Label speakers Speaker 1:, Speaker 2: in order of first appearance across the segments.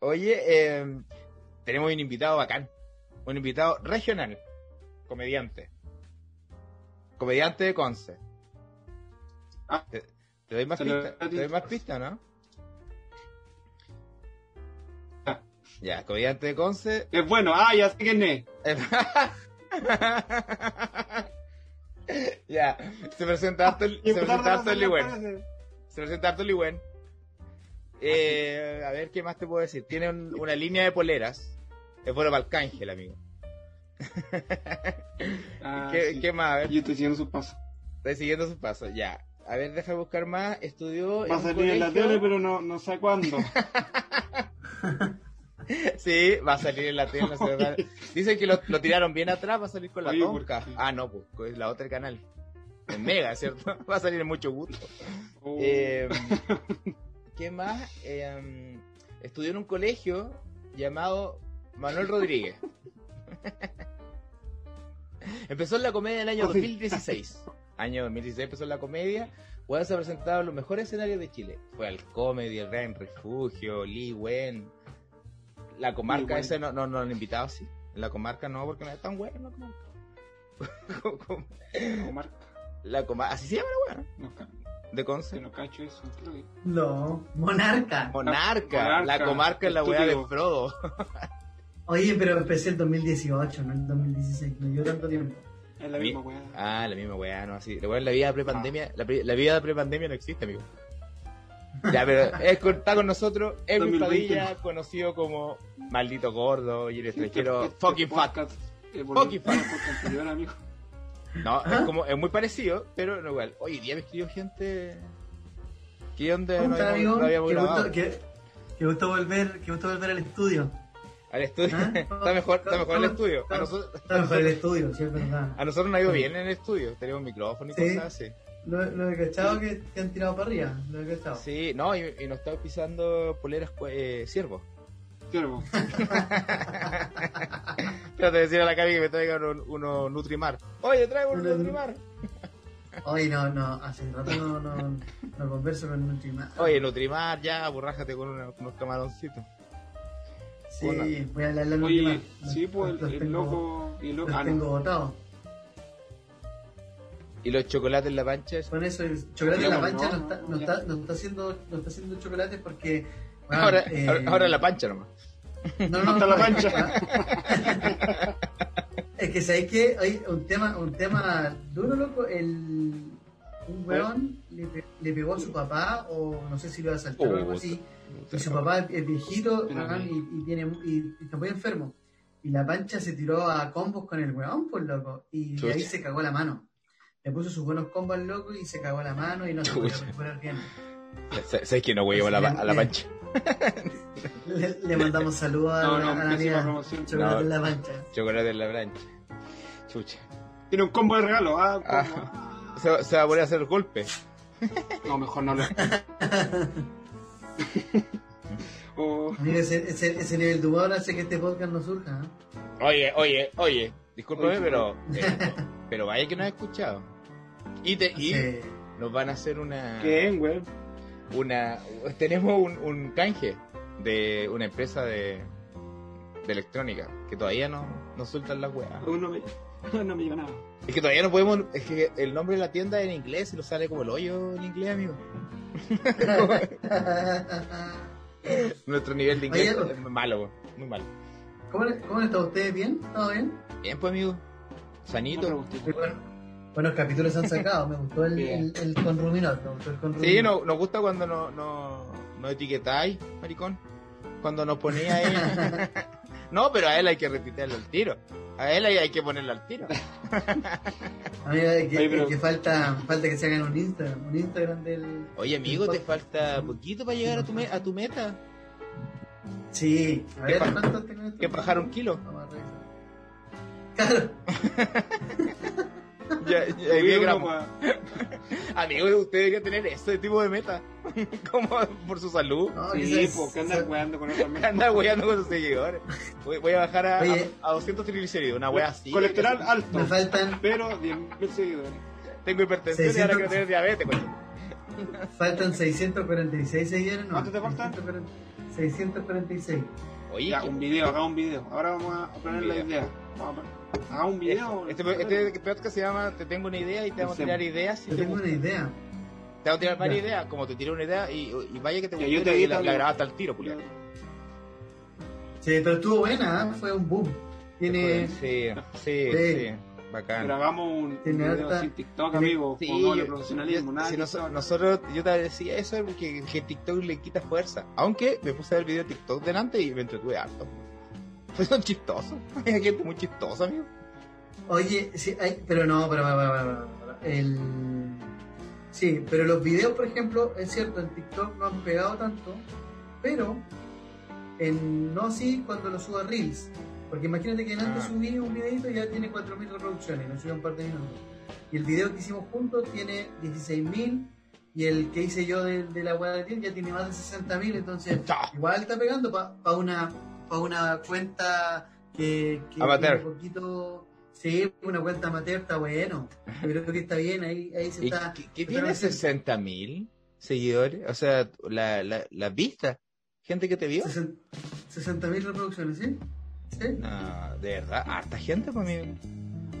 Speaker 1: Oye, eh, tenemos un invitado bacán. Un invitado regional. Comediante. Comediante de Conce.
Speaker 2: Ah.
Speaker 1: ¿Te, te doy más
Speaker 2: Te lo-
Speaker 1: pistas? ¿Te doy más pistas, no?
Speaker 2: Ah.
Speaker 1: Ya, comediante de Conce.
Speaker 2: Es bueno, ah, ya sé quién es.
Speaker 1: ya, se
Speaker 2: Ah,
Speaker 1: presenta harto el, se presenta harto el Ligüen.
Speaker 2: parece.
Speaker 1: Se presenta harto Ligüen. Eh, a ver, ¿qué más te puedo decir? Tiene un- una línea de poleras. Es bueno para el cángel, amigo.
Speaker 2: Ah,
Speaker 1: ¿Qué,
Speaker 2: sí.
Speaker 1: qué más? A ver,
Speaker 2: Yo estoy siguiendo sus pasos.
Speaker 1: estoy siguiendo sus pasos, ya. A ver, deja buscar más. Estudió.
Speaker 2: Va a
Speaker 1: un
Speaker 2: salir en la
Speaker 1: colegio-
Speaker 2: tele, pero no, no sé cuándo.
Speaker 1: Sí, va a salir en la tele. no sé, va- Dicen que lo, lo tiraron bien atrás, va a salir con la
Speaker 2: Oye, ¿por
Speaker 1: tonca.
Speaker 2: qué?
Speaker 1: Ah, no, pues es la otra canal. En Mega, ¿cierto? Va a salir en mucho gusto.
Speaker 2: Oh.
Speaker 1: Eh, ¿Qué más? Eh, estudió en un colegio llamado Manuel Rodríguez. empezó en la comedia en el año 2016. Año 2016 empezó en la comedia. Weón se ha presentado en los mejores escenarios de Chile. Fue al Comedy, el Gran Refugio, Lee Wen. La comarca
Speaker 2: Wen.
Speaker 1: ese no, no, no lo han invitado, sí. En la comarca no, porque no es tan bueno en la comarca.
Speaker 2: No, marca.
Speaker 1: la comarca, así se llama la weá,
Speaker 2: No, ca-
Speaker 1: ¿no? De Conce.
Speaker 2: yo no cacho eso. creo que-
Speaker 3: No, monarca.
Speaker 1: Monarca,
Speaker 2: Ah, Monarca,
Speaker 1: la comarca es la weá de
Speaker 2: estúpido.
Speaker 1: Frodo.
Speaker 3: Oye, pero empecé el 2018, no el 2016. No llevo tanto tiempo.
Speaker 2: Es la
Speaker 1: Mi-
Speaker 2: misma weá.
Speaker 1: Ah, la misma weá, no así. Recuerda, la vida prepandemia, la, pre- la vida prepandemia no existe, amigo. Ya, pero es, con- está con nosotros Edwin
Speaker 2: 2020.
Speaker 1: Padilla, conocido como Maldito Gordo y el extranjero Fucking Fat.
Speaker 2: este podcast, eh,
Speaker 1: Fucking
Speaker 2: volvió al podcast anterior, amigo.
Speaker 1: No, es
Speaker 2: ¿Ah?
Speaker 1: como, es muy parecido, pero no igual. Oye, día me escribió gente. ¿Qué onda?
Speaker 3: ¿Cómo
Speaker 1: No
Speaker 3: estás,
Speaker 1: habíamos,
Speaker 3: amigo?
Speaker 1: no habíamos
Speaker 3: Qué
Speaker 1: grabado.
Speaker 3: gusto, qué- qué gusto volver, qué gusto volver al estudio.
Speaker 1: Al estudio.
Speaker 3: ¿Ah?
Speaker 1: está mejor, está mejor el
Speaker 3: ¿Cómo-
Speaker 1: estudio. A
Speaker 3: cómo-
Speaker 1: nosotros,
Speaker 3: Está mejor el estudio, sí, es verdad.
Speaker 1: a nosotros nos ha ido bien en el estudio. Tenemos micrófono y
Speaker 3: Sí.
Speaker 1: cosas así.
Speaker 3: Lo, lo he cachado que te han tirado para arriba. Lo he cachado.
Speaker 1: Sí, no, y, y nos está pisando poleras cue- eh, ciervos.
Speaker 2: Siervo.
Speaker 1: Trata de decir a la Cami que me traigan un- uno Nutrimar. Oye, traigo un
Speaker 3: Una-
Speaker 1: Nutrimar.
Speaker 3: Oye, no, no, hace rato no, no, no converso con un chimán.
Speaker 1: Oye, Nutrimar, ya, borrájate con una- unos camaroncitos.
Speaker 3: Sí,
Speaker 1: hola.
Speaker 3: voy a hablarle al
Speaker 2: Oye,
Speaker 3: último.
Speaker 2: sí, pues el, el loco. Y lo,
Speaker 3: Los
Speaker 2: ah,
Speaker 3: tengo
Speaker 2: no.
Speaker 3: botados.
Speaker 1: Y los chocolates en la pancha, eso.
Speaker 3: Con eso, el chocolate en la
Speaker 2: Digamos,
Speaker 3: pancha
Speaker 2: no,
Speaker 3: no, está,
Speaker 2: no,
Speaker 3: no,
Speaker 2: ya.
Speaker 3: está, no, está haciendo, no está haciendo chocolate porque. bueno,
Speaker 1: Ah, Ahora,
Speaker 3: eh,
Speaker 1: ahora- ahora en la pancha nomás.
Speaker 3: No, no,
Speaker 2: Hasta la
Speaker 3: no,
Speaker 2: pancha.
Speaker 3: ah. es que sabéis que hay un tema, un tema duro, loco. El, un weón le, pe- le pegó a su papá, o no sé si lo asaltaron o algo
Speaker 1: Oh,
Speaker 3: así. Y su papá es viejito
Speaker 2: Pero
Speaker 3: weón,
Speaker 2: bien.
Speaker 3: y, y tiene, y, y está muy enfermo. Y la pancha se tiró a combos con el weón, pues loco. Y de ahí
Speaker 1: Chucha.
Speaker 3: se cagó la mano. Le puso sus buenos combos al loco y se cagó la mano y no se pudo
Speaker 1: Chucha.
Speaker 3: recuperar bien.
Speaker 1: ¿Sabes que no voy a la, pa- a la pancha?
Speaker 3: Le, le mandamos saludos a,
Speaker 2: No,
Speaker 3: la-
Speaker 2: no,
Speaker 3: a la
Speaker 2: pésima
Speaker 3: amiga
Speaker 2: promoción.
Speaker 3: Chocolate
Speaker 1: No.
Speaker 3: en la pancha.
Speaker 1: Chocolate en la pancha. Chucha.
Speaker 2: Tiene un combo de regalo. Ah, combo,
Speaker 1: Ah.
Speaker 2: ah.
Speaker 1: Se, va- se va a poner a hacer golpes.
Speaker 2: No, mejor no lo. Oh,
Speaker 3: Amigo, ese, ese, ese nivel de humor hace que este podcast no surja. ¿eh?
Speaker 1: Oye, oye, oye. Discúlpame,
Speaker 2: Oye,
Speaker 1: pero. eh, pero vaya que no has escuchado. Y, te, y
Speaker 3: Sí.
Speaker 1: nos van a hacer una.
Speaker 2: ¿Qué, güey?
Speaker 1: una tenemos un, un canje de una empresa de, de electrónica que todavía no, no sueltan las weas.
Speaker 2: Aún no me, no me lleva nada.
Speaker 1: Es que todavía no podemos, es que el nombre de la tienda es en inglés y lo sale como el hoyo en inglés, amigo. Nuestro nivel de inglés
Speaker 3: Oye,
Speaker 1: es malo, weón, muy malo.
Speaker 3: ¿Cómo, le- ¿Cómo está ustedes? ¿Bien? ¿Todo bien?
Speaker 1: Bien, pues, amigo.
Speaker 2: No
Speaker 1: Sanito.
Speaker 2: pregunté.
Speaker 3: Bueno, buenos capítulos han sacado. Me gustó el,
Speaker 2: Bien.
Speaker 3: el, el con Ruminot. Me gustó el con
Speaker 1: Sí,
Speaker 3: Ruminot.
Speaker 1: no- nos gusta cuando no, no, no etiquetáis, maricón. Cuando nos ponía ahí. no, pero a él hay que repitarle al tiro. A él hay, hay que ponerle al tiro.
Speaker 3: Amigo, es que,
Speaker 2: Oye, pero-
Speaker 3: es que falta, falta que se hagan un Instagram. Un Instagram del.
Speaker 1: Oye, amigo, te falta poquito para llegar a tu, me- a tu meta.
Speaker 3: Sí, a ver,
Speaker 1: pa-
Speaker 3: ¿cuántos tengo en esto?
Speaker 1: Que bajar un kilo.
Speaker 3: Vamos a revisar. Claro,
Speaker 1: Ya, ya, diez
Speaker 2: Subir uno
Speaker 1: gramos.
Speaker 2: pa-
Speaker 1: Amigo, usted debería tener ese tipo de meta. Como por su salud.
Speaker 3: no,
Speaker 2: Sí,
Speaker 3: quizás-
Speaker 2: pues, que andas weando con otra mierda.
Speaker 1: Anda weando con sus seguidores. Voy, voy a bajar a,
Speaker 3: Oye.
Speaker 1: a, a 200 triglicéridos, una wea así.
Speaker 2: Colesterol alto,
Speaker 3: Me faltan,
Speaker 2: pero 10.000 seguidores.
Speaker 1: Tengo hipertensión y ahora
Speaker 3: 600.
Speaker 1: quiero tener diabetes, coño.
Speaker 3: faltan 646 seguidores. No,
Speaker 2: ¿Cuántos te faltan?
Speaker 3: 640. 646.
Speaker 1: Oye,
Speaker 2: Ya,
Speaker 1: qué-
Speaker 2: un video, haga un video. Ahora vamos a poner
Speaker 1: Un
Speaker 2: la
Speaker 1: video.
Speaker 2: idea. Vamos a poner- Haga un video.
Speaker 1: este, este podcast se llama Te tengo una idea y te vamos a tirar ideas. y
Speaker 3: Yo
Speaker 1: te,
Speaker 3: tengo una idea.
Speaker 1: te vamos a tirar varias
Speaker 3: Ya.
Speaker 1: ideas. Como te tiré una idea y, y vaya que te
Speaker 2: Ya, yo
Speaker 1: gustó y
Speaker 2: te
Speaker 1: la-
Speaker 2: edito
Speaker 1: la,
Speaker 2: algo.
Speaker 1: la grabaste al tiro, Julián.
Speaker 3: Sí, pero estuvo buena, ¿eh? fue un boom. Tiene.
Speaker 1: Sí, sí,
Speaker 3: Sí.
Speaker 1: sí. Bacán.
Speaker 2: Grabamos un
Speaker 3: Tiene
Speaker 2: video
Speaker 3: harta-
Speaker 2: sin TikTok,
Speaker 3: tiene-
Speaker 2: amigo.
Speaker 1: Sí,
Speaker 2: con doble
Speaker 1: yo-
Speaker 2: profesionalismo.
Speaker 1: yo-
Speaker 2: nada
Speaker 1: si
Speaker 2: de
Speaker 1: noso-
Speaker 2: TikTok.
Speaker 1: nosotros, yo te decía eso porque que TikTok le quita fuerza. Aunque me puse a ver el video de TikTok delante y me entretuve harto. Fue son chistosos. Hay gente muy chistosa, amigo.
Speaker 3: Oye, sí, hay- pero no, pero, pero, pero- pero- el... Sí, pero los videos, por ejemplo, es cierto, en TikTok no han pegado tanto, pero en no sí cuando lo subo a Reels. Porque imagínate que antes
Speaker 1: Ah.
Speaker 3: subí un videito y ya tiene 4.000 reproducciones, no subí un par de minutos. Y el video que hicimos juntos tiene 16.000 y el que hice yo de, de la web de Tinder ya tiene más de 60.000, entonces
Speaker 1: Chao.
Speaker 3: igual está pegando para una, pa una cuenta que, que
Speaker 1: Amateur.
Speaker 3: tiene un poquito sí una cuenta amateur está bueno yo creo que está bien ahí ahí se
Speaker 1: ¿Y
Speaker 3: está
Speaker 1: qué, qué
Speaker 3: está
Speaker 1: tiene
Speaker 3: haciendo.
Speaker 1: 60 mil seguidores? O sea, la, la, la vista. ¿Gente que te vio?
Speaker 3: 60 mil reproducciones sí sí
Speaker 1: No, de verdad, harta gente pues, para mí.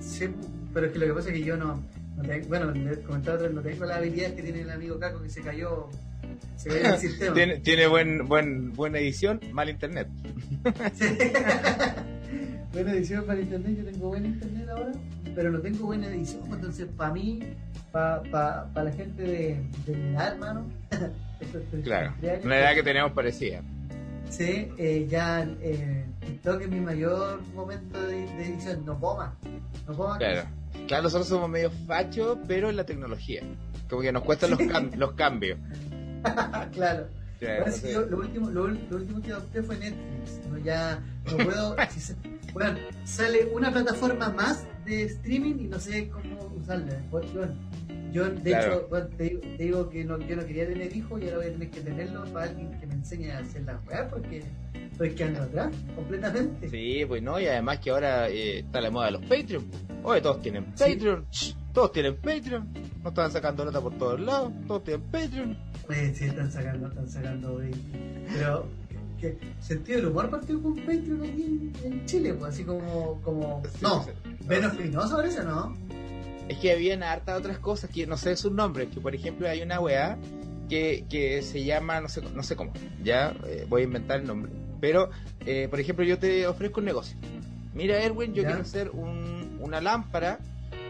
Speaker 3: sí pero es que lo que pasa es que yo no, no tengo, bueno les comentaba otra vez, no tengo las habilidades que tiene el amigo Caco que se cayó se cayó en el sistema
Speaker 1: Tiene, tiene buen, buen, buena edición, mal internet.
Speaker 3: Sí. buena edición para internet, yo tengo buen internet ahora, pero no tengo buena edición, pues, entonces para mí, para pa, pa la gente de, de mi edad, hermano, estos 33
Speaker 1: Claro.
Speaker 3: años,
Speaker 1: Una edad que tenemos parecida.
Speaker 3: Sí, eh, ya eh, TikTok es mi mayor momento de, de edición, no puedo más, no puedo más.
Speaker 1: Claro. Claro, nosotros somos medio fachos, pero en la tecnología. Como que nos cuestan los, cam- los cambios.
Speaker 3: ah, claro.
Speaker 1: Claro,
Speaker 3: Parece
Speaker 1: entonces-
Speaker 3: que yo- lo, último, lo, ul- lo último que adopté fue Netflix. No, ya no puedo. si se- bueno, sale una plataforma más de streaming y no sé cómo usarla. Bueno, Yo, yo, de
Speaker 1: Claro.
Speaker 3: hecho, bueno, te, digo- te digo que no, yo no quería tener hijos y ahora voy a tener que tenerlo para alguien que me enseñe a hacer la weá porque estoy quedando atrás completamente.
Speaker 1: Sí, pues no, y además que ahora eh, está la moda de los Patreon. Oye, todos tienen
Speaker 3: Sí.
Speaker 1: Patreon. ch, Todos tienen Patreon. No están sacando nota por todos lados. Todos tienen Patreon.
Speaker 3: Oye, sí, están sacando, están sacando, güey. Pero, ¿qué? sentido del humor partió con Patreon aquí en, en Chile? Pues así como. como... No, menos Espinosa ahora eso, ¿no?
Speaker 1: Es que habían harta otras cosas que no sé sus nombres. Que por ejemplo hay una weá que, que se llama, no sé, no sé cómo. Ya eh, voy a inventar el nombre. Pero, eh, por ejemplo, yo te ofrezco un negocio. Mira, Erwin, yo
Speaker 3: Ya.
Speaker 1: quiero hacer un- una lámpara.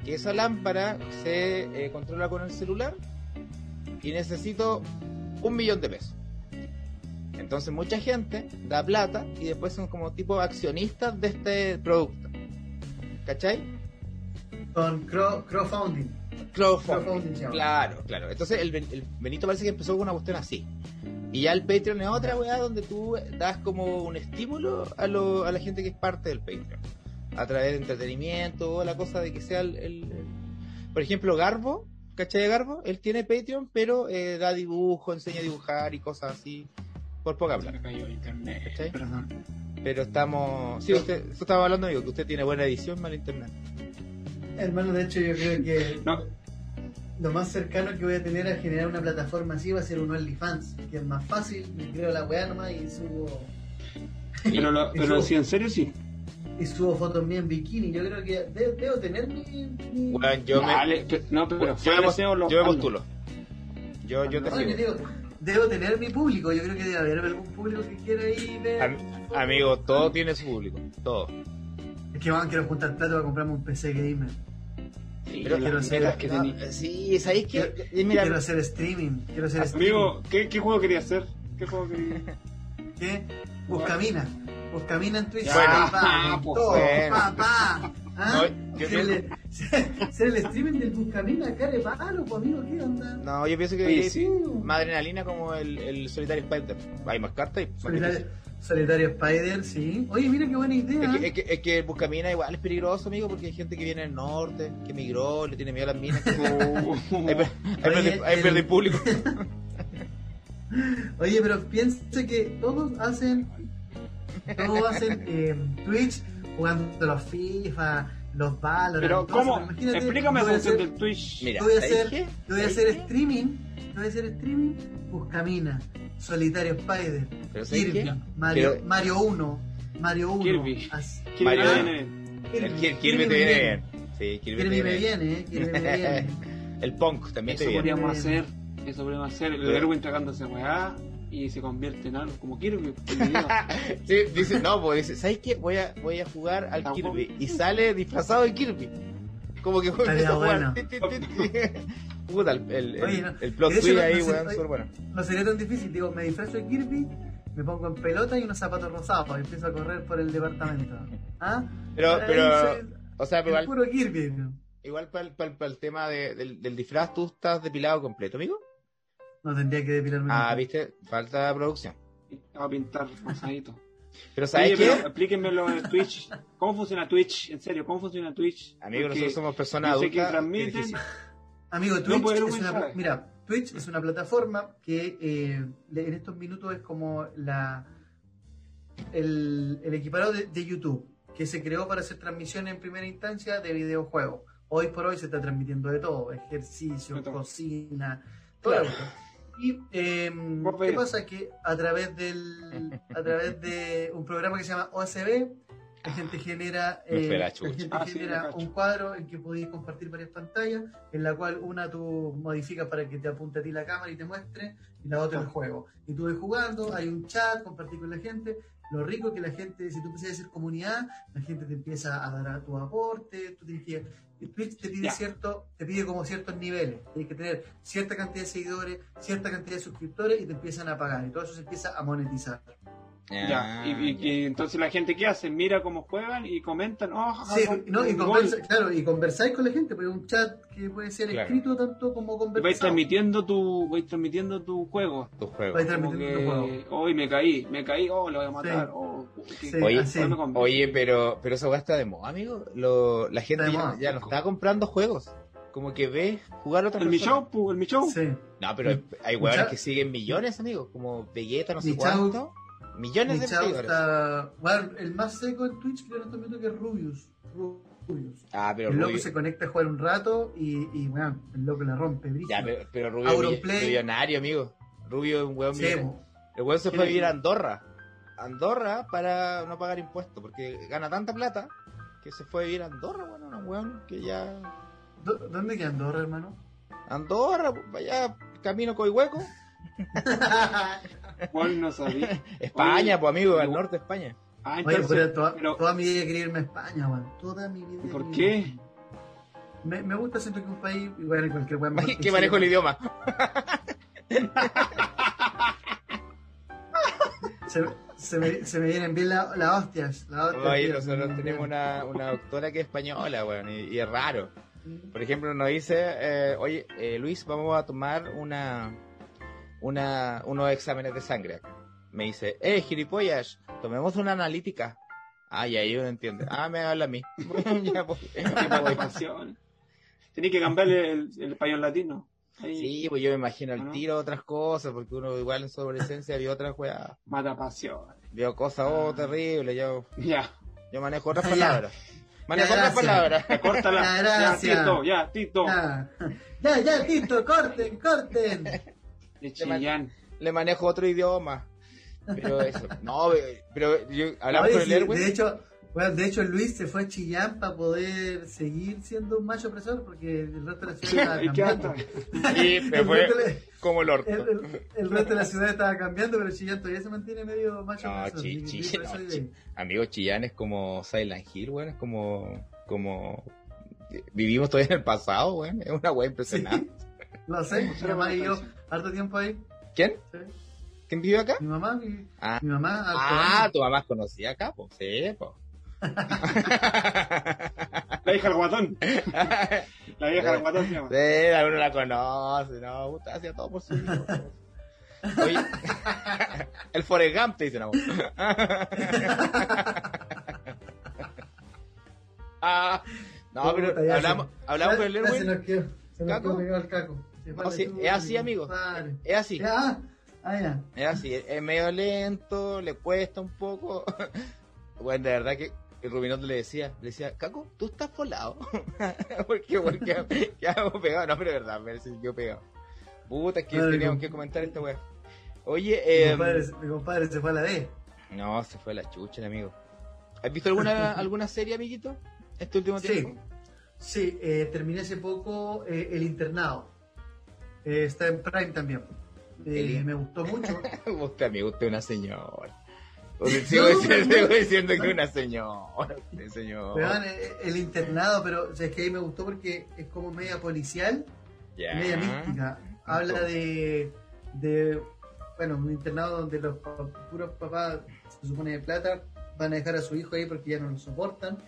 Speaker 1: Que esa lámpara se eh, controla con el celular. Y necesito un millón de pesos. Entonces mucha gente da plata y después son como tipo accionistas de este producto. ¿Cachai?
Speaker 3: Con cro- crowdfunding.
Speaker 1: Crowdfunding.
Speaker 3: Crowdfunding, se llama.
Speaker 1: Claro, claro. Entonces el, Ben- el Benito parece que empezó con una cuestión así. Y ya el Patreon es otra weá donde tú das como un estímulo a, lo- a la gente que es parte del Patreon. A través de entretenimiento o la cosa de que sea el... el- el- Por ejemplo, Garbo, ¿cachai de Garbo? Él tiene Patreon, pero eh, da dibujo, enseña a dibujar y cosas así. Por poca plata.
Speaker 2: Se me cayó internet,
Speaker 1: ¿Cachai?
Speaker 2: Perdón.
Speaker 1: Pero estamos... Sí, usted, usted estaba hablando, amigo, que usted tiene buena edición, mal internet.
Speaker 3: Hermano, de hecho, yo creo que
Speaker 2: No,
Speaker 3: lo más cercano que voy a tener a generar una plataforma así va a ser un OnlyFans, que es más fácil. Me creo la weá nomás y subo,
Speaker 2: pero, lo- pero
Speaker 3: Eso-
Speaker 2: si en serio sí.
Speaker 3: y subo fotos mías en bikini. Yo creo que de- debo tener mi. mi-
Speaker 1: Weón, yo me-
Speaker 2: Dale, pe- no, pero
Speaker 1: Yo
Speaker 2: fuera
Speaker 1: me,
Speaker 2: de SEO lo-
Speaker 1: yo me
Speaker 2: hazlo.
Speaker 1: postulo. Yo, yo te
Speaker 3: No,
Speaker 1: sigo.
Speaker 3: yo digo, debo tener mi público. Yo creo que debe haber algún público que quiera ir ver.
Speaker 1: Am- amigo, todo tiene su público, todo.
Speaker 3: Es que van, quiero juntar plata para comprarme un PC gamer.
Speaker 2: Sí,
Speaker 1: Pero-
Speaker 2: las
Speaker 3: quiero hacer-
Speaker 2: metas que tenía.
Speaker 1: Sí, ¿sabéis qué? Y
Speaker 3: Quiero
Speaker 1: Mira,
Speaker 3: hacer streaming. Quiero hacer streaming.
Speaker 2: Amigo, ¿qué, ¿qué juego quería hacer? ¿Qué juego quería
Speaker 3: ¿Qué? Buscamina. Buscamina en Twitch.
Speaker 1: Bueno,
Speaker 3: papá,
Speaker 2: pues,
Speaker 3: todo,
Speaker 1: bueno.
Speaker 3: papá. ¿Ah?
Speaker 1: No, yo
Speaker 3: Ser el, ser el streaming del Buscamina, care palo, pues amigo, ¿qué onda?
Speaker 1: no, yo pienso que
Speaker 2: Oye,
Speaker 1: es
Speaker 2: sí.
Speaker 1: más adrenalina como el, el solitario Spider. Hay más cartas y más
Speaker 3: Solitario,
Speaker 1: difícil.
Speaker 3: Solitario Spider, sí. Oye, mira qué buena idea. ¿eh?
Speaker 1: es que, es, que, es que Buscamina igual es peligroso, amigo, porque hay gente que viene del norte, que emigró, le tiene miedo a las minas. Ahí per- ahí
Speaker 3: Oh. Oye,
Speaker 1: perdí- ahí
Speaker 3: el-
Speaker 1: perdí público.
Speaker 3: Oye, pero piense que todos hacen, todos hacen eh, Twitch jugando los FIFA, los Valorant.
Speaker 2: Pero,
Speaker 3: todo eso.
Speaker 2: ¿cómo?
Speaker 3: Imagínate,
Speaker 2: Explícame
Speaker 3: yo
Speaker 2: la
Speaker 3: voy a
Speaker 2: función
Speaker 3: hacer-
Speaker 2: del Twitch.
Speaker 1: Mira,
Speaker 3: Yo voy a
Speaker 1: ¿sabéis
Speaker 3: hacer-
Speaker 1: qué?
Speaker 3: Yo voy a
Speaker 1: ¿Sabéis
Speaker 3: hacer
Speaker 1: qué?
Speaker 3: streaming, yo voy a hacer streaming, Buscamina, Solitario Spider,
Speaker 1: Pero ¿sabes
Speaker 3: Kirby,
Speaker 1: qué?
Speaker 3: Mario,
Speaker 1: Pero-
Speaker 3: Mario 1, Mario 1.
Speaker 2: Kirby.
Speaker 3: as-
Speaker 2: ¿Quién
Speaker 1: Mario-
Speaker 2: gana?
Speaker 1: El Kir- Kirby te viene bien. Sí, Kirby, te
Speaker 3: Kirby
Speaker 1: viene
Speaker 3: me
Speaker 1: bien.
Speaker 3: viene, eh, Kirby me viene.
Speaker 1: El Punk también
Speaker 2: Eso
Speaker 1: te viene.
Speaker 2: podríamos
Speaker 3: Bien.
Speaker 2: hacer. Eso podríamos hacer. El
Speaker 1: Pero-
Speaker 2: Erwin tragándose weá y se convierte en algo como Kirby. el video.
Speaker 1: Sí, dice, no, pues dice, ¿sabes qué? Voy a, voy a jugar al
Speaker 2: Tampoco.
Speaker 1: Kirby. Y sale disfrazado de Kirby. Como que juega
Speaker 3: Estaría
Speaker 1: a
Speaker 3: bueno.
Speaker 1: jugar. Ti, ti, ti, ti. Puta, el, el, el-
Speaker 3: Oye, no.
Speaker 1: el plot
Speaker 3: De hecho,
Speaker 1: twist
Speaker 3: no-
Speaker 1: ahí,
Speaker 3: no sé-
Speaker 1: weón,
Speaker 3: ay.
Speaker 1: súper bueno.
Speaker 3: No sería tan difícil, digo, me disfrazo de Kirby, me pongo en pelota y unos zapatos rosados y empiezo a correr por el departamento. ¿Ah?
Speaker 1: Pero,
Speaker 3: Ahí
Speaker 1: pero,
Speaker 3: soy
Speaker 1: o sea,
Speaker 3: el
Speaker 1: igual,
Speaker 3: puro Kirby. ¿no?
Speaker 1: igual para el, para el- para el tema de- del, del disfraz, tú estás depilado completo, amigo.
Speaker 3: No tendría que depilarme.
Speaker 1: Ah, viste, falta de producción.
Speaker 2: Y Va a pintar rosadito.
Speaker 1: Pero ¿sabes
Speaker 2: Oye,
Speaker 1: qué?
Speaker 2: pero explíquenmelo en Twitch. ¿Cómo funciona Twitch? En serio, ¿cómo funciona Twitch?
Speaker 1: Amigo,
Speaker 2: Porque
Speaker 1: nosotros somos personas
Speaker 2: yo sé que
Speaker 1: adultas.
Speaker 2: transmiten.
Speaker 1: es difícil.
Speaker 3: Amigo,
Speaker 2: No
Speaker 3: Twitch
Speaker 2: puede haber
Speaker 3: es
Speaker 2: un
Speaker 3: una,
Speaker 2: mensaje.
Speaker 3: pla- mira, Twitch es una plataforma que eh, le- en estos minutos es como la el, el equiparado de, de YouTube, que se creó para hacer transmisiones en primera instancia de videojuegos. Hoy por hoy se está transmitiendo de todo, ejercicio,
Speaker 2: De todo.
Speaker 3: cocina, todo.
Speaker 1: Claro.
Speaker 3: Y eh,
Speaker 2: Vos
Speaker 3: qué
Speaker 2: veis.
Speaker 3: pasa que a través del a través de un programa que se llama OCB la gente genera,
Speaker 1: Me
Speaker 3: eh,
Speaker 1: fue la
Speaker 3: la
Speaker 1: chucha.
Speaker 3: gente
Speaker 2: Ah, sí,
Speaker 3: genera
Speaker 2: me cacho.
Speaker 3: un cuadro en que podéis compartir varias pantallas, en la cual una tú modificas para que te apunte a ti la cámara y te muestre, y la otra el juego. Y tú ves jugando, hay un chat, compartir con la gente. Lo rico es que la gente, si tú empiezas a decir comunidad, la gente te empieza a dar a tu aporte, tú tienes que y Twitch te pide
Speaker 2: Ya.
Speaker 3: cierto, te pide como ciertos niveles, tienes que tener cierta cantidad de seguidores, cierta cantidad de suscriptores y te empiezan a pagar y todo eso se empieza a monetizar.
Speaker 2: Ya, y, y-
Speaker 1: Ah, ya.
Speaker 2: y entonces la gente, ¿qué hace? Mira cómo juegan y comentan. Oh, jaja,
Speaker 3: Sí,
Speaker 2: gol,
Speaker 3: no, y
Speaker 2: gol.
Speaker 3: conversa- claro, y conversáis con la gente, porque es un chat que puede ser
Speaker 1: Claro.
Speaker 3: escrito tanto como
Speaker 2: Y vais
Speaker 3: conversado.
Speaker 2: transmitiendo tu, vais transmitiendo tu juego.
Speaker 1: Tu juego.
Speaker 3: Vais
Speaker 2: Como
Speaker 3: transmitiendo
Speaker 2: que,
Speaker 3: tu juego.
Speaker 2: hoy me caí, me caí, oh, lo voy a matar.
Speaker 3: Sí.
Speaker 2: Oh, que-
Speaker 3: Sí,
Speaker 1: Oye,
Speaker 3: así.
Speaker 2: hoy me convertí.
Speaker 1: Oye, pero, pero esa weá está de moda, amigo. Lo- la gente
Speaker 3: Está de
Speaker 1: ya,
Speaker 3: moda.
Speaker 1: ya no está comprando juegos. Como que ves jugar a otra
Speaker 2: el mi
Speaker 1: persona.
Speaker 2: show, pu, el mi show.
Speaker 3: Sí.
Speaker 1: No, pero hay- hay weones
Speaker 3: Michao-
Speaker 1: que siguen millones, amigo. Como Vegeta, no sé
Speaker 3: Michao-
Speaker 1: cuánto. Millones
Speaker 3: Mi
Speaker 1: de
Speaker 3: chavo
Speaker 1: seguidores.
Speaker 3: está. Bueno, el más seco en Twitch, creo en este momento que es Rubius. Rubius.
Speaker 1: Ah, pero
Speaker 3: El loco
Speaker 1: Rubio.
Speaker 3: se conecta a jugar un rato y, y bueno, el loco la rompe, brilla.
Speaker 1: Ya, pero, pero Rubio
Speaker 3: Auron
Speaker 1: es
Speaker 3: Play.
Speaker 1: millonario, amigo. Rubio es un weón
Speaker 3: Sí,
Speaker 1: millonario.
Speaker 3: bo.
Speaker 1: El weón se fue a
Speaker 2: ¿Quién es?
Speaker 1: vivir a Andorra. Andorra para no pagar impuestos. Porque gana tanta plata que se fue a vivir a Andorra, bueno, un weón que ya.
Speaker 3: ¿Dó- ¿Dónde queda Andorra, hermano?
Speaker 1: Andorra, allá camino coihueco.
Speaker 2: Juan no sabía.
Speaker 1: España,
Speaker 2: Oye,
Speaker 1: pues amigo, al
Speaker 2: no.
Speaker 1: norte de España.
Speaker 2: Ah,
Speaker 3: Oye,
Speaker 2: entonces,
Speaker 3: pero toda,
Speaker 2: pero-
Speaker 3: toda mi vida quería irme a España, weón. Toda mi vida.
Speaker 2: ¿Por
Speaker 3: quería irme a
Speaker 2: qué?
Speaker 3: España. Me, me gusta siento que un país, igual en cualquier weón.
Speaker 1: Ay, que manejo el idioma.
Speaker 3: se, se me, se me vienen bien la- las hostias. Las hostias
Speaker 1: Oye,
Speaker 3: tío, se
Speaker 1: nosotros
Speaker 3: me
Speaker 1: tenemos
Speaker 3: vienen
Speaker 1: una, una doctora que es española, weón, y, y es raro. Por ejemplo, nos dice, eh, oye, eh, Luis, vamos a tomar una, una, unos exámenes de sangre acá. Me dice, eh, gilipollas, tomemos una analítica. Ah, ya, yo no entiendo. Ah, me habla a mí. Ya pues. voy.
Speaker 2: qué participación. Tenés que cambiarle el, el español latino. Ahí,
Speaker 1: Sí, pues yo me imagino
Speaker 2: ¿O
Speaker 1: el
Speaker 2: no?
Speaker 1: tiro, otras cosas, porque uno igual en su adolescencia vio otras weas,
Speaker 2: Mata pasión.
Speaker 1: vio cosas, oh, terrible, yo,
Speaker 2: Ya.
Speaker 1: yo manejo otras
Speaker 3: Ya.
Speaker 1: palabras. Manejo otras
Speaker 3: gracias.
Speaker 1: palabras.
Speaker 2: Córtala.
Speaker 3: Ya,
Speaker 2: ya,
Speaker 3: gracias.
Speaker 2: Tito, ya, Tito.
Speaker 3: Ah, Ya, ya, listo, corten, corten.
Speaker 2: De Chillán.
Speaker 1: le manejo otro idioma. Pero eso, no, eh, pero yo hablamos
Speaker 3: Oye,
Speaker 1: con el
Speaker 3: sí,
Speaker 1: Erwin.
Speaker 3: de hecho, bueno, de hecho Luis se fue a Chillán para poder seguir siendo un macho opresor porque el resto de la ciudad estaba
Speaker 2: ¿Y qué
Speaker 3: cambiando.
Speaker 2: onda?
Speaker 1: Sí, me
Speaker 3: El
Speaker 1: fue
Speaker 3: resto de-
Speaker 1: como el orto.
Speaker 3: el, el- el resto de la ciudad estaba cambiando, pero Chillán todavía se mantiene medio macho
Speaker 1: No,
Speaker 3: opresor.
Speaker 1: chi-
Speaker 3: Y-
Speaker 1: chi-
Speaker 3: y por eso
Speaker 1: no,
Speaker 3: vive
Speaker 1: chi-
Speaker 3: ahí.
Speaker 1: Amigo, Chillán es como Silent Hill, weón, es como, como vivimos todavía en el pasado, weón. Es una wea impresionante.
Speaker 3: Lo sé, mi mamá y yo, harto tiempo ahí.
Speaker 1: ¿Quién?
Speaker 3: sí.
Speaker 1: ¿Quién vivió acá?
Speaker 3: Mi mamá, mi,
Speaker 1: Ah.
Speaker 3: mi mamá. harto
Speaker 1: Ah,
Speaker 3: año.
Speaker 1: tu mamá conocía acá, po. Sí, pues. po.
Speaker 2: La hija del guatón. La vieja del guatón se llama.
Speaker 1: Sí, uno la conoce, no, puta, hacía todo por su hijo. Oye, el Forrest Gump te dicen a vos. Ah, no,
Speaker 3: Puta,
Speaker 1: pero
Speaker 3: ya
Speaker 1: hablamos, hablamos con el
Speaker 3: Ya- ya Se
Speaker 1: Erwin.
Speaker 3: nos quedó, se nos
Speaker 1: ¿Caco?
Speaker 3: quedó pegado el caco.
Speaker 1: No,
Speaker 3: Vale,
Speaker 1: sí,
Speaker 3: tú,
Speaker 1: es así,
Speaker 3: mi
Speaker 1: amigo.
Speaker 3: padre.
Speaker 1: Es así,
Speaker 3: Ya, ah, ya.
Speaker 1: es así, es medio lento, le cuesta un poco. Bueno, de verdad que el Rubinot le decía, le decía, Caco, tú estás volado. porque, porque quedamos pegados, no, pero es verdad, me sintió pegado. Puta, es que
Speaker 3: Madre
Speaker 1: teníamos
Speaker 3: mía.
Speaker 1: que comentar esta weá. Oye,
Speaker 3: Mi,
Speaker 1: eh,
Speaker 3: compadre, mi compadre se fue a la D.
Speaker 1: no, se fue la chucha, el amigo. ¿Has visto alguna, alguna serie, amiguito? Este último
Speaker 3: Sí.
Speaker 1: tiempo.
Speaker 3: Sí, eh, terminé hace poco eh, El Internado. Eh, está en Prime también. Eh,
Speaker 1: El-
Speaker 3: Me gustó mucho.
Speaker 1: Usted, amigo, usted es una señora. O
Speaker 3: No,
Speaker 1: sea, sigo, diciendo,
Speaker 3: pero no.
Speaker 1: sigo diciendo que es una señora. Usted, señor.
Speaker 3: Weón, eh, el Internado, pero o sea, es que ahí me gustó porque es como media policial, y
Speaker 1: Ya.
Speaker 3: media mística. Habla de, de, bueno, un internado donde los pa- puros papás, se supone de plata, van a dejar a su hijo ahí porque ya no lo soportan.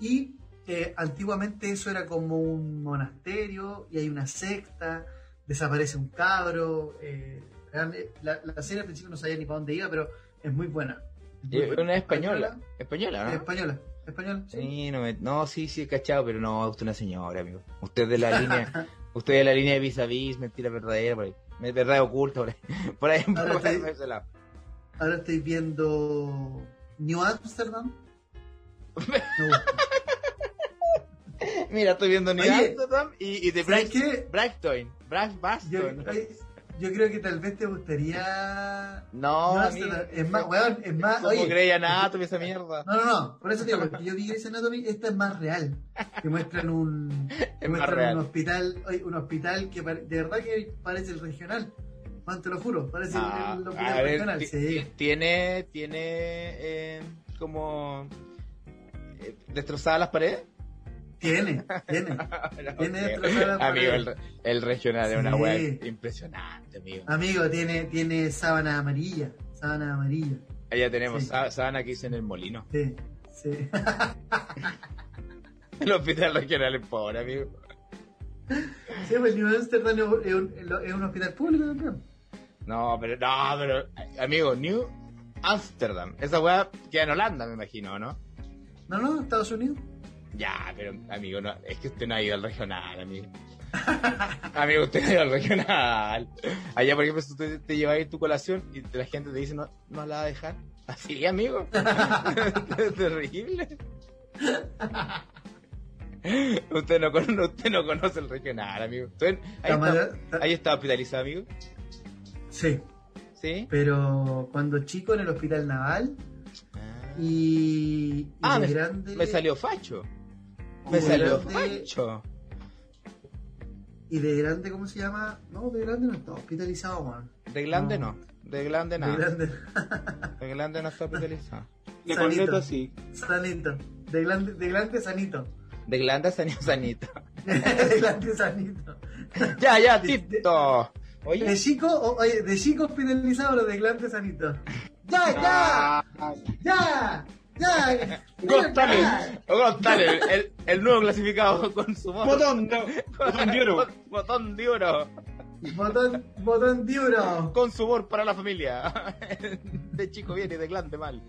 Speaker 3: Y eh, antiguamente eso era como un monasterio y hay una secta, desaparece un cabro. eh, weón, eh, la, la serie al principio no sabía ni para dónde iba, pero es muy buena. Es muy
Speaker 1: Eh,
Speaker 3: buena.
Speaker 1: Una española. Española, ¿no?
Speaker 3: Española, española, sí.
Speaker 1: Sí, no, me- no, sí, sí, cachado, pero no, usted es una señora, amigo. Usted es de la línea, usted es de la línea de vis a vis, mentira verdadera, por ahí. Me- verdad oculta, por ahí. Por ahí,
Speaker 3: Ahora
Speaker 1: por ahí,
Speaker 3: estoy-
Speaker 1: por ese lado.
Speaker 3: Ahora estoy viendo New Amsterdam. Me gusta.
Speaker 1: Mira, estoy viendo New
Speaker 3: Oye,
Speaker 1: Amsterdam y, y de
Speaker 3: ¿Sabes
Speaker 1: Bright,
Speaker 3: qué?
Speaker 1: Brighton, Bright
Speaker 3: Yo,
Speaker 1: Baston.
Speaker 3: yo creo que tal vez te gustaría.
Speaker 1: No,
Speaker 3: New
Speaker 1: amigo,
Speaker 3: Amsterdam. Es más, weón, es más.
Speaker 1: ¿Cómo
Speaker 3: Oye,
Speaker 1: creía nada, esa mierda?
Speaker 3: no, no, no. Por eso te digo, porque yo vi Grey's Anatomy, esta es más real. Que muestran un,
Speaker 1: Es más
Speaker 3: muestran
Speaker 1: real.
Speaker 3: un hospital, oye, un hospital que pare- de verdad que parece el regional. Juan, te lo juro, parece
Speaker 1: Ah,
Speaker 3: el, el
Speaker 1: a
Speaker 3: hospital
Speaker 1: ver,
Speaker 3: regional.
Speaker 1: ti-
Speaker 3: Sí.
Speaker 1: tiene, tiene eh, como eh, destrozadas las paredes.
Speaker 3: Tiene, tiene.
Speaker 1: No
Speaker 3: Tiene
Speaker 1: creo.
Speaker 3: destrozadas las
Speaker 1: Amigo,
Speaker 3: paredes.
Speaker 1: el, el regional es una
Speaker 3: Sí.
Speaker 1: web impresionante, amigo.
Speaker 3: Amigo, tiene, tiene sábana amarilla. Sábana amarilla.
Speaker 1: Allá tenemos
Speaker 3: Sí.
Speaker 1: sa- sábana que hice en el molino.
Speaker 3: Sí, sí.
Speaker 1: El hospital regional es pobre, amigo.
Speaker 3: Sí, pues New Amsterdam es un- es un, es un hospital público también.
Speaker 1: No, pero, no, pero, amigo, New Amsterdam. Esa weá queda en Holanda, me imagino, ¿no?
Speaker 3: No, no, Estados Unidos.
Speaker 1: Ya, pero, amigo, no, es que usted no ha ido al regional, amigo. amigo, usted no ha ido al regional. Allá, por ejemplo, si usted te lleva ahí tu colación y la gente te dice, no, no la va a dejar. Así, amigo. es terrible. usted, no, cono- usted no conoce el regional, amigo. Usted- ahí, está,
Speaker 3: Camara- ta-
Speaker 1: ahí está hospitalizado, amigo.
Speaker 3: Sí,
Speaker 1: Sí.
Speaker 3: pero cuando chico en el hospital naval
Speaker 1: Ah.
Speaker 3: y, y
Speaker 1: Ah,
Speaker 3: de grande.
Speaker 1: Me salió facho.
Speaker 3: y
Speaker 1: Me
Speaker 3: de
Speaker 1: salió
Speaker 3: grande-
Speaker 1: facho.
Speaker 3: Y de grande, ¿cómo se llama? No, de grande no está hospitalizado, man.
Speaker 1: De glande no. De glande
Speaker 3: De
Speaker 1: nada.
Speaker 3: grande.
Speaker 1: De glande no está hospitalizado.
Speaker 2: De
Speaker 3: Sanito.
Speaker 2: corneto sí.
Speaker 3: Sanito. De grande, de grande sanito.
Speaker 1: De glande salió sanito.
Speaker 3: de grande sanito.
Speaker 1: ya, ya, Tito.
Speaker 3: De
Speaker 1: Oye.
Speaker 3: chico, o- oye, de chico hospitalizado, pero de grande sanito. ¡Ya, ya!
Speaker 2: Ah, ah,
Speaker 3: ¡Ya! ¡Ya!
Speaker 1: Got
Speaker 3: ¡Ya!
Speaker 1: Talent. Got Talent, El, el nuevo clasificado con su voz.
Speaker 2: Botón, no. Botón de oro.
Speaker 1: Botón de oro.
Speaker 3: Botón, botón diuro.
Speaker 1: Con su voz para la familia. De chico viene, de glande mal.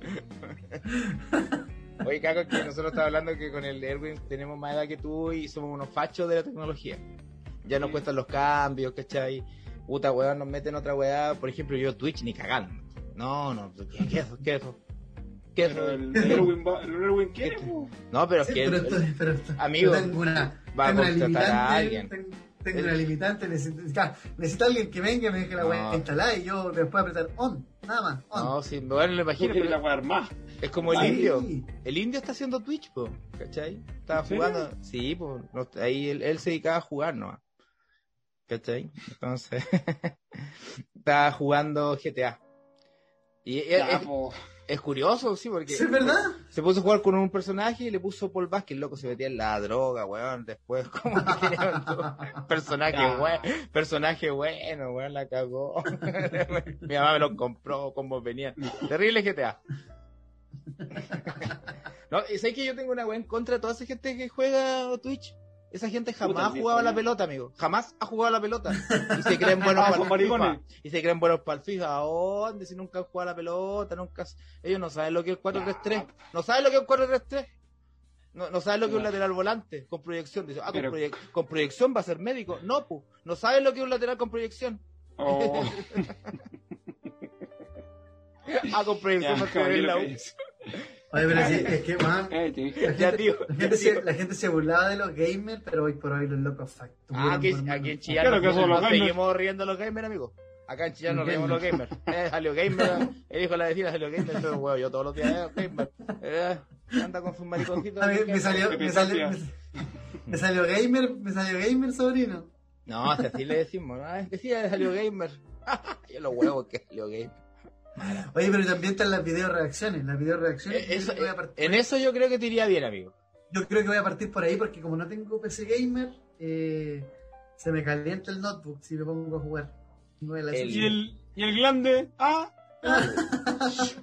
Speaker 1: Oye, Caco, que nosotros estábamos hablando que con el Erwin tenemos más edad que tú y somos unos fachos de la tecnología. Ya nos cuestan los cambios, ¿cachai? Puta weá, nos meten otra weá. Por ejemplo, yo Twitch ni cagando. No, no, ¿qué, qué es eso? ¿Qué es eso? ¿Qué es eso?
Speaker 2: Pero el Erwin, va- el Erwin quiere, po.
Speaker 1: No, pero es
Speaker 3: Sí,
Speaker 1: que.
Speaker 3: pero esto, pero esto-
Speaker 1: Amigo,
Speaker 3: tengo una,
Speaker 1: va a
Speaker 3: tengo
Speaker 1: contratar
Speaker 3: una limitante,
Speaker 1: a alguien.
Speaker 3: ten- Tengo
Speaker 1: El-
Speaker 3: una limitante, necesito, claro, necesito alguien que venga y me deje la
Speaker 1: No.
Speaker 3: web instalada y yo después apretar on, nada más, on.
Speaker 1: No, sí, me van a
Speaker 2: Tú
Speaker 1: imaginar.
Speaker 2: quieres la weá armada.
Speaker 1: Es como el
Speaker 2: Ay.
Speaker 1: indio. El indio está haciendo Twitch, po, ¿cachai? Estaba
Speaker 2: ¿En serio?
Speaker 1: jugando. Sí, po, no- ahí él, él se dedicaba a jugar nomás. ¿cachai? Entonces, estaba jugando GTA. Y es,
Speaker 2: Ya,
Speaker 1: es-
Speaker 2: po.
Speaker 1: es curioso, sí, porque
Speaker 3: ¿Sí ¿Es verdad?
Speaker 1: se puso a jugar con un personaje y le puso Paul Vázquez, loco, se metía en la droga, weón. Después, como que era un personaje,
Speaker 2: Ya.
Speaker 1: weón personaje bueno, weón, la cagó. Mi mamá me lo compró como venía. Terrible GTA. no, y ¿sabes que yo tengo una weá en contra de toda esa gente que juega Twitch? Esa gente
Speaker 2: Puta,
Speaker 1: jamás ha
Speaker 2: sí,
Speaker 1: jugado a la
Speaker 2: también.
Speaker 1: pelota, amigo. Jamás ha jugado a la pelota. Y se creen buenos
Speaker 2: Ah,
Speaker 1: para
Speaker 2: son
Speaker 1: el
Speaker 2: maricones.
Speaker 1: FIFA. Y se creen buenos para el FIFA. ¿A dónde? Si nunca han jugado a la pelota, nunca. Ellos no saben lo que es el 4-3-3. No saben lo que es un 4-3-3. No, no saben lo que es un
Speaker 2: Ya.
Speaker 1: lateral volante con proyección. Dice, ah, con,
Speaker 2: Pero-
Speaker 1: proyec- con proyección va a ser médico. No, pu. No saben lo que es un lateral con proyección.
Speaker 2: Oh,
Speaker 1: Ah, con proyección va
Speaker 2: ya,
Speaker 1: a ser en
Speaker 2: caballero, Eh,
Speaker 1: la U.
Speaker 2: cállese.
Speaker 3: Oye, pero sí, es que, man,
Speaker 2: Cállate.
Speaker 3: la
Speaker 1: Ya,
Speaker 3: gente,
Speaker 1: tío.
Speaker 3: la
Speaker 1: ya,
Speaker 3: gente
Speaker 1: tío.
Speaker 3: se, la gente se burlaba de los gamers, pero hoy por hoy los locos facturan.
Speaker 1: Ah, que,
Speaker 3: por mano.
Speaker 1: aquí en Chillán
Speaker 2: Claro
Speaker 1: nos,
Speaker 2: que son los
Speaker 1: nos
Speaker 2: gamers.
Speaker 1: seguimos riendo los gamers, amigo. Acá en Chillán nos reímos los gamers. Eh, Jaleo Gamer, el hijo de la vecina Jaleo Gamer, entonces, huevo, yo todos los días, eh, gamer. Eh, anda con sus mariconcitos.
Speaker 3: A ver, Ah, me salió,
Speaker 2: Pepe
Speaker 3: me salió,
Speaker 2: Sofía.
Speaker 3: me salió gamer, me salió gamer sobrino.
Speaker 1: No, si así le decimos, ¿no? Es que sí, es Jaleo Gamer. yo los huevos que es Jaleo Gamer.
Speaker 3: Oye, pero también están las video reacciones, las video reacciones.
Speaker 1: Eh, eso-
Speaker 3: yo, creo que voy a partir-
Speaker 1: En eso yo creo que te iría bien, amigo.
Speaker 3: yo creo que voy a partir por ahí porque como no tengo PC gamer, eh, se me calienta el notebook si me pongo a jugar. No es la
Speaker 1: El-
Speaker 2: ¿Y el, y el glande? Ah,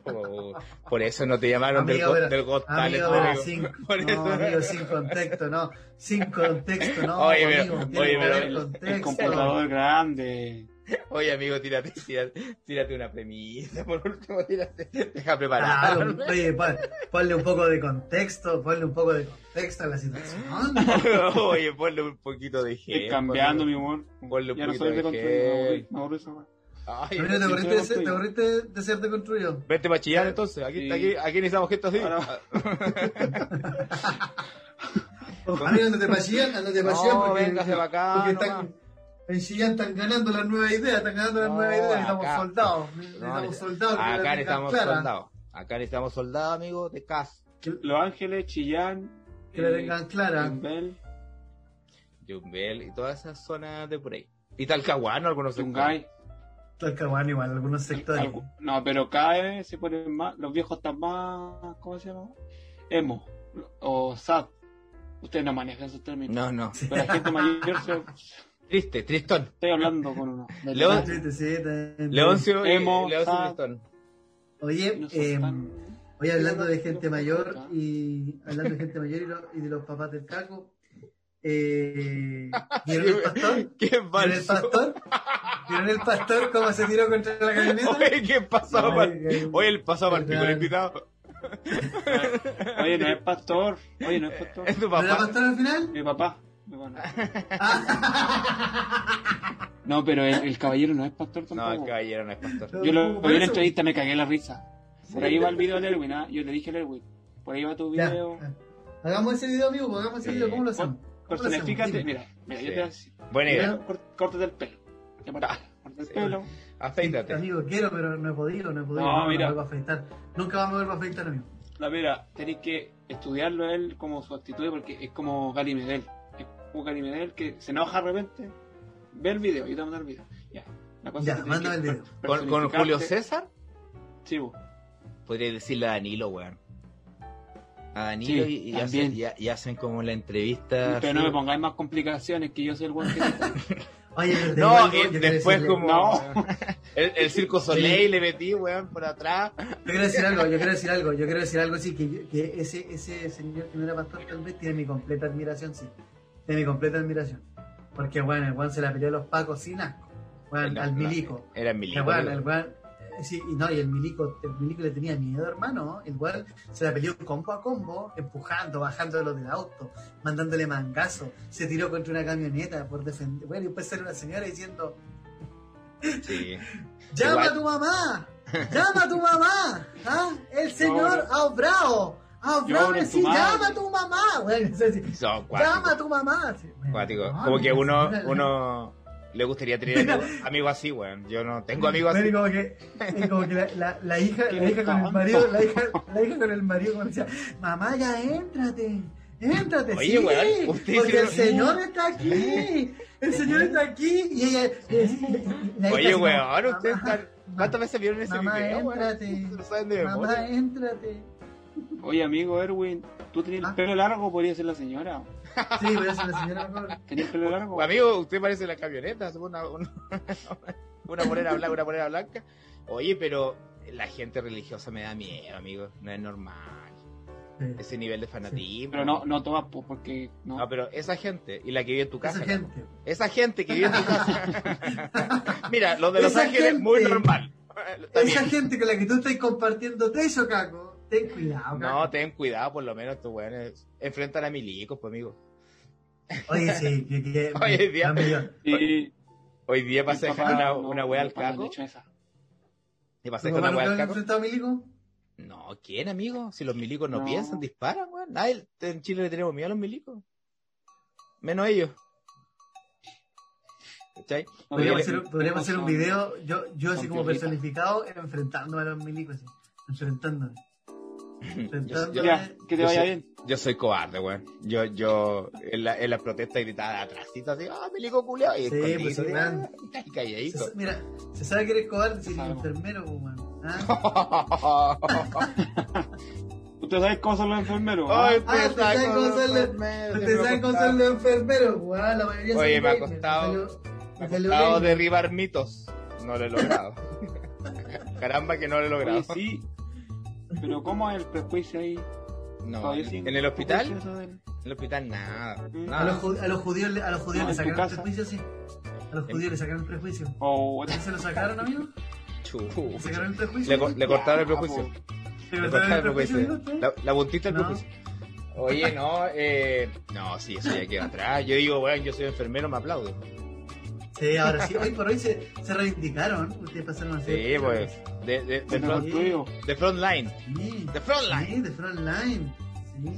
Speaker 1: Oh, por eso no te llamaron
Speaker 3: Amigo,
Speaker 1: del, Go-
Speaker 3: pero-
Speaker 1: del Got Talent,
Speaker 3: Amigo, pero
Speaker 1: amigo.
Speaker 3: sin,
Speaker 1: Por
Speaker 3: no,
Speaker 1: eso.
Speaker 3: amigo, sin contexto, no. Sin contexto, no.
Speaker 1: Oye, pero-
Speaker 3: amigo, tiene
Speaker 1: oye,
Speaker 3: que
Speaker 1: pero
Speaker 3: haber
Speaker 1: el-
Speaker 3: contexto.
Speaker 2: el computador grande.
Speaker 1: Oye, amigo, tírate, tírate, tírate una premisa. Por último, tírate. Deja
Speaker 3: Claro,
Speaker 1: prepararme.
Speaker 3: oye, pon- ponle un poco de contexto, ponle un poco de contexto a la
Speaker 1: Ah,
Speaker 3: situación.
Speaker 1: Oye, ponle un poquito de gel.
Speaker 2: Estoy cambiando mi
Speaker 1: ponle-
Speaker 2: humor.
Speaker 1: ponle un
Speaker 2: Ya no
Speaker 1: poquito
Speaker 2: soy de
Speaker 1: de
Speaker 2: control.
Speaker 1: gel.
Speaker 2: Me aburrí, me aburrí esa weá.
Speaker 1: Ay,
Speaker 3: Primero te
Speaker 2: sí,
Speaker 3: aburriste
Speaker 2: sí,
Speaker 3: de ser-
Speaker 2: sí.
Speaker 3: te aburriste de ser deconstruido.
Speaker 1: Vete para chillar entonces. Aquí,
Speaker 2: Sí.
Speaker 1: aquí, aquí necesitamos gente así.
Speaker 2: Ahora-
Speaker 3: Amigo, no te pasían, no te pasían
Speaker 1: No,
Speaker 3: porque,
Speaker 1: véngase pa' acá
Speaker 3: porque
Speaker 1: Ah, nomás.
Speaker 3: están, en Chillán están ganando las nuevas ideas, están ganando las
Speaker 1: No,
Speaker 3: nuevas ideas, necesitamos
Speaker 1: acá-
Speaker 3: soldados,
Speaker 1: No,
Speaker 3: necesitamos
Speaker 1: necesitamos-
Speaker 3: soldados. que la
Speaker 1: acá
Speaker 3: tengan
Speaker 1: necesitamos
Speaker 3: clara,
Speaker 1: soldados. Acá necesitamos soldados, amigo, de casa.
Speaker 2: Los Ángeles, Chillán.
Speaker 3: Que la
Speaker 2: eh,
Speaker 3: tengan clara.
Speaker 2: Yumbel,
Speaker 1: Yumbel y todas esas zonas de por ahí. Y Talcahuano, algunos sectores.
Speaker 2: Yungay.
Speaker 3: Talcahuano igual, algunos sectores.
Speaker 2: algu- No, pero cada vez se ponen más. Los viejos están más. ¿Cómo se llama? Emo. O sad. Ustedes no manejan esos términos.
Speaker 1: No, no.
Speaker 2: Pero la gente mayor se.
Speaker 1: Triste, tristón.
Speaker 2: Estoy hablando con uno.
Speaker 1: León-
Speaker 3: Sí, sí, sí.
Speaker 1: Leoncio, eh,
Speaker 2: Emo,
Speaker 1: Leoncio
Speaker 2: ah.
Speaker 1: Tristón.
Speaker 3: Oye,
Speaker 2: No sos
Speaker 3: eh,
Speaker 2: tan-
Speaker 3: Oye, hablando de gente
Speaker 2: Yo-
Speaker 3: mayor y hablando de gente mayor y, lo- y de los papás del caco, eh, ¿vieron el pastor?
Speaker 1: ¿Qué
Speaker 3: ¿Vieron el
Speaker 1: falso?
Speaker 3: pastor? ¿Vieron el pastor cómo se tiró contra la camioneta?
Speaker 1: Oye, ¿qué pasó?
Speaker 3: Ay,
Speaker 1: par-
Speaker 3: ay.
Speaker 1: Oye, el pasado particular
Speaker 3: Verdad.
Speaker 1: invitado.
Speaker 2: Oye, no es pastor. Oye, no es pastor.
Speaker 1: Es tu
Speaker 3: ¿No era
Speaker 1: papá.
Speaker 3: pastor al final?
Speaker 2: Mi papá. Mi papá no. No, pero el, el caballero no es pastor
Speaker 1: No, el
Speaker 2: tampoco.
Speaker 1: caballero no es pastor.
Speaker 2: Yo lo
Speaker 3: Por
Speaker 2: vi en la
Speaker 3: eso.
Speaker 2: entrevista, me cagué la risa. Por ahí va el video de Erwin, ¿ah? Yo le dije a Erwin, por ahí va tu
Speaker 3: Ya. Ah.
Speaker 2: video.
Speaker 3: Hagamos ese video, amigo, pues hagamos ese
Speaker 1: Sí.
Speaker 3: video, ¿cómo lo hacemos?
Speaker 2: Personifícate,
Speaker 3: Dime.
Speaker 2: mira, mira, yo
Speaker 1: Sí.
Speaker 2: te voy a decir.
Speaker 1: Buena idea.
Speaker 2: Primero, cor- Córtate el pelo. Te parás, Corta el
Speaker 1: Sí.
Speaker 2: pelo.
Speaker 1: Afeítate.
Speaker 3: Amigo, quiero, pero no he podido, no he podido,
Speaker 2: No,
Speaker 3: no, no
Speaker 2: mira.
Speaker 3: me vuelvo a afeitar. Nunca vamos a volver a afeitar, amigo.
Speaker 2: La mira, tenéis que estudiarlo a él como su actitud, porque es como Gary Medel. Es como Gary Medel que se enoja de repente. Ve el video, yo te voy a mandar el video. Ya, la
Speaker 3: Ya,
Speaker 2: es que tenés
Speaker 3: mándame
Speaker 2: que
Speaker 3: el video.
Speaker 2: per-
Speaker 1: Con, con
Speaker 2: personificarte.
Speaker 1: Julio César,
Speaker 2: Sí, vos.
Speaker 1: podría decirle a Danilo, weón. A Danilo
Speaker 2: Sí,
Speaker 1: y, y
Speaker 2: también.
Speaker 1: hacen, y- y hacen como la entrevista.
Speaker 2: Pero no
Speaker 1: así.
Speaker 2: me pongáis más complicaciones que yo soy el buen que
Speaker 3: Oye, pero te digo
Speaker 1: No, y
Speaker 3: algo, yo quiero
Speaker 1: después
Speaker 3: decirle-
Speaker 1: como
Speaker 2: No.
Speaker 1: el, el circo Soleil le metí, weón, por atrás.
Speaker 3: Yo quiero decir algo, yo quiero decir algo, yo quiero decir algo, sí, que, yo- que ese, ese señor que no era pastor tal vez tiene mi completa admiración, sí. Tiene mi completa admiración. Porque, bueno, el weón se la peleó a los pacos sin asco. Bueno,
Speaker 1: No,
Speaker 3: al
Speaker 1: no,
Speaker 3: milico.
Speaker 1: Era el
Speaker 3: Que,
Speaker 1: milico.
Speaker 3: bueno,
Speaker 1: amigo.
Speaker 3: el weón, eh, sí, y no, y el milico, el milico le tenía miedo, hermano. El weón se la peleó combo a combo, empujando, bajándolo del auto, mandándole mangazo. Se tiró contra una camioneta por defender. Bueno, y después sale una señora diciendo,
Speaker 1: Sí.
Speaker 3: ¡Llama
Speaker 1: Igual.
Speaker 3: a tu mamá! ¡Llama a tu mamá! ¿Ah? ¡El señor ha obrado! ¡Ha obrado!
Speaker 2: Llora tu
Speaker 3: ¡Sí,
Speaker 2: madre.
Speaker 3: llama a tu mamá! Bueno, es decir,
Speaker 1: No, cuático,
Speaker 3: ¡Llama a tu mamá! Sí, bueno,
Speaker 1: cuático.
Speaker 3: no,
Speaker 1: Como que uno,
Speaker 3: señora,
Speaker 1: uno le gustaría tener amigos amigo así, weón. Yo no tengo amigos
Speaker 3: bueno,
Speaker 1: así.
Speaker 3: y como que, y como que la, la- la hija,
Speaker 2: Qué
Speaker 3: la hija con el
Speaker 2: tonto.
Speaker 3: marido, la hija, la hija con el marido como decía, mamá ya éntrate, éntrate,
Speaker 1: Oye,
Speaker 3: sí,
Speaker 1: weón, usted
Speaker 3: porque el
Speaker 1: hicieron-
Speaker 3: señor está aquí, el señor está aquí, y ella, y- y- y la hija así
Speaker 1: Oye,
Speaker 3: como,
Speaker 1: weón, ustedes
Speaker 3: "Mamá,
Speaker 1: están- ¿Cuántas veces vieron ese
Speaker 3: Mamá,
Speaker 1: video, weón?
Speaker 3: éntrate.
Speaker 1: No saben de memoria.
Speaker 3: Mamá, éntrate.
Speaker 2: Oye, amigo Erwin, tú tenías el
Speaker 3: Ah.
Speaker 2: pelo largo, podría ser la señora.
Speaker 3: Sí, voy a ser la señora mejor.
Speaker 2: ¿Tenías pelo
Speaker 1: Pues,
Speaker 2: largo?
Speaker 1: Amigo, usted parece la camioneta, se pone una, una, una polera blanca, una polera blanca. Oye, pero la gente religiosa me da miedo, amigo. No es normal.
Speaker 3: Sí.
Speaker 1: Ese nivel de fanatismo.
Speaker 2: Pero no, no todas, pues, porque no.
Speaker 1: No, pero esa gente, y la que vive en tu casa.
Speaker 3: Esa
Speaker 1: Carlos.
Speaker 3: gente.
Speaker 1: Esa gente que vive en tu casa. Mira, los de Los
Speaker 3: Esa
Speaker 1: Ángeles,
Speaker 3: gente.
Speaker 1: muy normal. Está
Speaker 3: Esa
Speaker 1: bien.
Speaker 3: gente con la que tú estás compartiendo techo, Caco. Ten cuidado,
Speaker 1: No,
Speaker 3: Caco.
Speaker 1: ten cuidado, por lo menos estos weones enfrentan a milicos, pues, amigo.
Speaker 3: Oye, sí, que, que
Speaker 1: Oye, día-
Speaker 3: amigo,
Speaker 1: pues,
Speaker 2: Y
Speaker 1: Hoy día
Speaker 2: vas
Speaker 1: pasé a dejar una, una wea al caco. ¿Y
Speaker 3: ¿Tu
Speaker 1: pasé a
Speaker 3: papá
Speaker 1: dejar una
Speaker 3: nunca
Speaker 1: wea al
Speaker 3: había
Speaker 1: caco?
Speaker 3: enfrentado a Milico?
Speaker 1: No, ¿quién, amigo? Si los milicos no,
Speaker 2: No.
Speaker 1: piensan, disparan, weón. Nadie en Chile le tenemos miedo a los milicos. Menos ellos. ¿Cachai?
Speaker 3: Podríamos
Speaker 1: Porque-
Speaker 3: hacer, podríamos hacer un video, yo, yo así
Speaker 2: Con
Speaker 3: como
Speaker 2: piolita.
Speaker 3: personificado, enfrentándome a los milicos, así, enfrentándome. enfrentándome.
Speaker 2: Ya, que te
Speaker 1: Yo
Speaker 2: vaya
Speaker 1: sé-
Speaker 2: bien.
Speaker 1: Yo soy cobarde, weón. Yo, yo, en la, en la protesta gritaba atrásito así, ah, milico culiao, y
Speaker 3: Sí,
Speaker 1: escondido,
Speaker 3: pues,
Speaker 1: así,
Speaker 3: man.
Speaker 1: ah, y calladito.
Speaker 3: Se- mira, se sabe que eres cobarde si eres
Speaker 2: Sabemos.
Speaker 3: enfermero, po, weón. ¿Ah?
Speaker 2: Ustedes saben cómo son los enfermeros. ¿ah?
Speaker 1: Ay, pues,
Speaker 3: Ah, te saben cómo son los- Te saben cómo son los enfermeros, po, ah, La mayoría
Speaker 1: Oye,
Speaker 3: son
Speaker 1: me ha
Speaker 3: gamers,
Speaker 1: costado-
Speaker 3: salió-
Speaker 1: Me ha
Speaker 3: me salió
Speaker 1: costado
Speaker 3: gamer.
Speaker 1: derribar mitos. No lo he logrado. Caramba que no lo he logrado.
Speaker 2: Oye, sí. Pero ¿cómo es el prejuicio ahí?
Speaker 1: No,
Speaker 2: Todavía sí.
Speaker 1: en el hospital,
Speaker 2: Prejuicio eso del-
Speaker 1: en el hospital nada.
Speaker 2: Mm.
Speaker 3: A los,
Speaker 1: nada.
Speaker 3: ju- a los judíos, le- a los judíos
Speaker 2: No,
Speaker 3: le
Speaker 2: en tu
Speaker 3: sacaron el
Speaker 2: casa.
Speaker 3: prejuicio, sí. A los judíos le sacaron el prejuicio.
Speaker 2: O
Speaker 3: ¿Ya se lo sacaron, amigo? ¿Le
Speaker 1: Chu.
Speaker 3: sacaron el prejuicio?
Speaker 1: Le, co- le cortaron el prejuicio.
Speaker 2: pues,
Speaker 3: ¿Le
Speaker 1: Le
Speaker 3: cortaron
Speaker 1: cortaron
Speaker 3: el
Speaker 1: el
Speaker 3: prejuicio, amigo?
Speaker 1: prejuicio. La, la puntita del
Speaker 3: No.
Speaker 1: prejuicio. Oye, no, eh, no, sí, eso ya queda atrás. Yo digo, bueno, yo soy enfermero, me aplaudo.
Speaker 3: Sí, ahora sí. Hoy por hoy se, se reivindicaron. Ustedes pasaron a ser.
Speaker 1: Sí, pues. De, de, de,
Speaker 2: se me
Speaker 1: front,
Speaker 2: construyó.
Speaker 1: de front line.
Speaker 3: Sí,
Speaker 1: De front line.
Speaker 3: sí, de Frontline.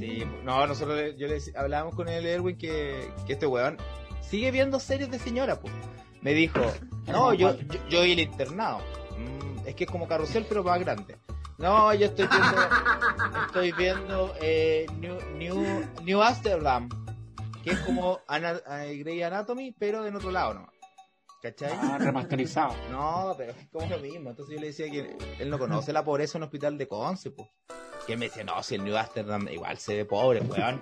Speaker 1: Sí, no, nosotros le- yo le decí- hablábamos con el Erwin que, que este weón sigue viendo series de señora, pues. Me dijo, no, yo, yo, yo vi el internado. Mm, es que es como carrusel, pero más grande. No, yo estoy viendo, estoy viendo eh, New, New, New Amsterdam, que es como Ana- eh, Grey Anatomy, pero en otro lado nomás. ¿Cachai?
Speaker 2: Ah, remasterizado.
Speaker 1: No, pero es como lo mismo. Entonces yo le decía que él no conoce la pobreza en un hospital de Conce, pues. Que me dice, no, si el New Amsterdam igual se ve pobre, weón.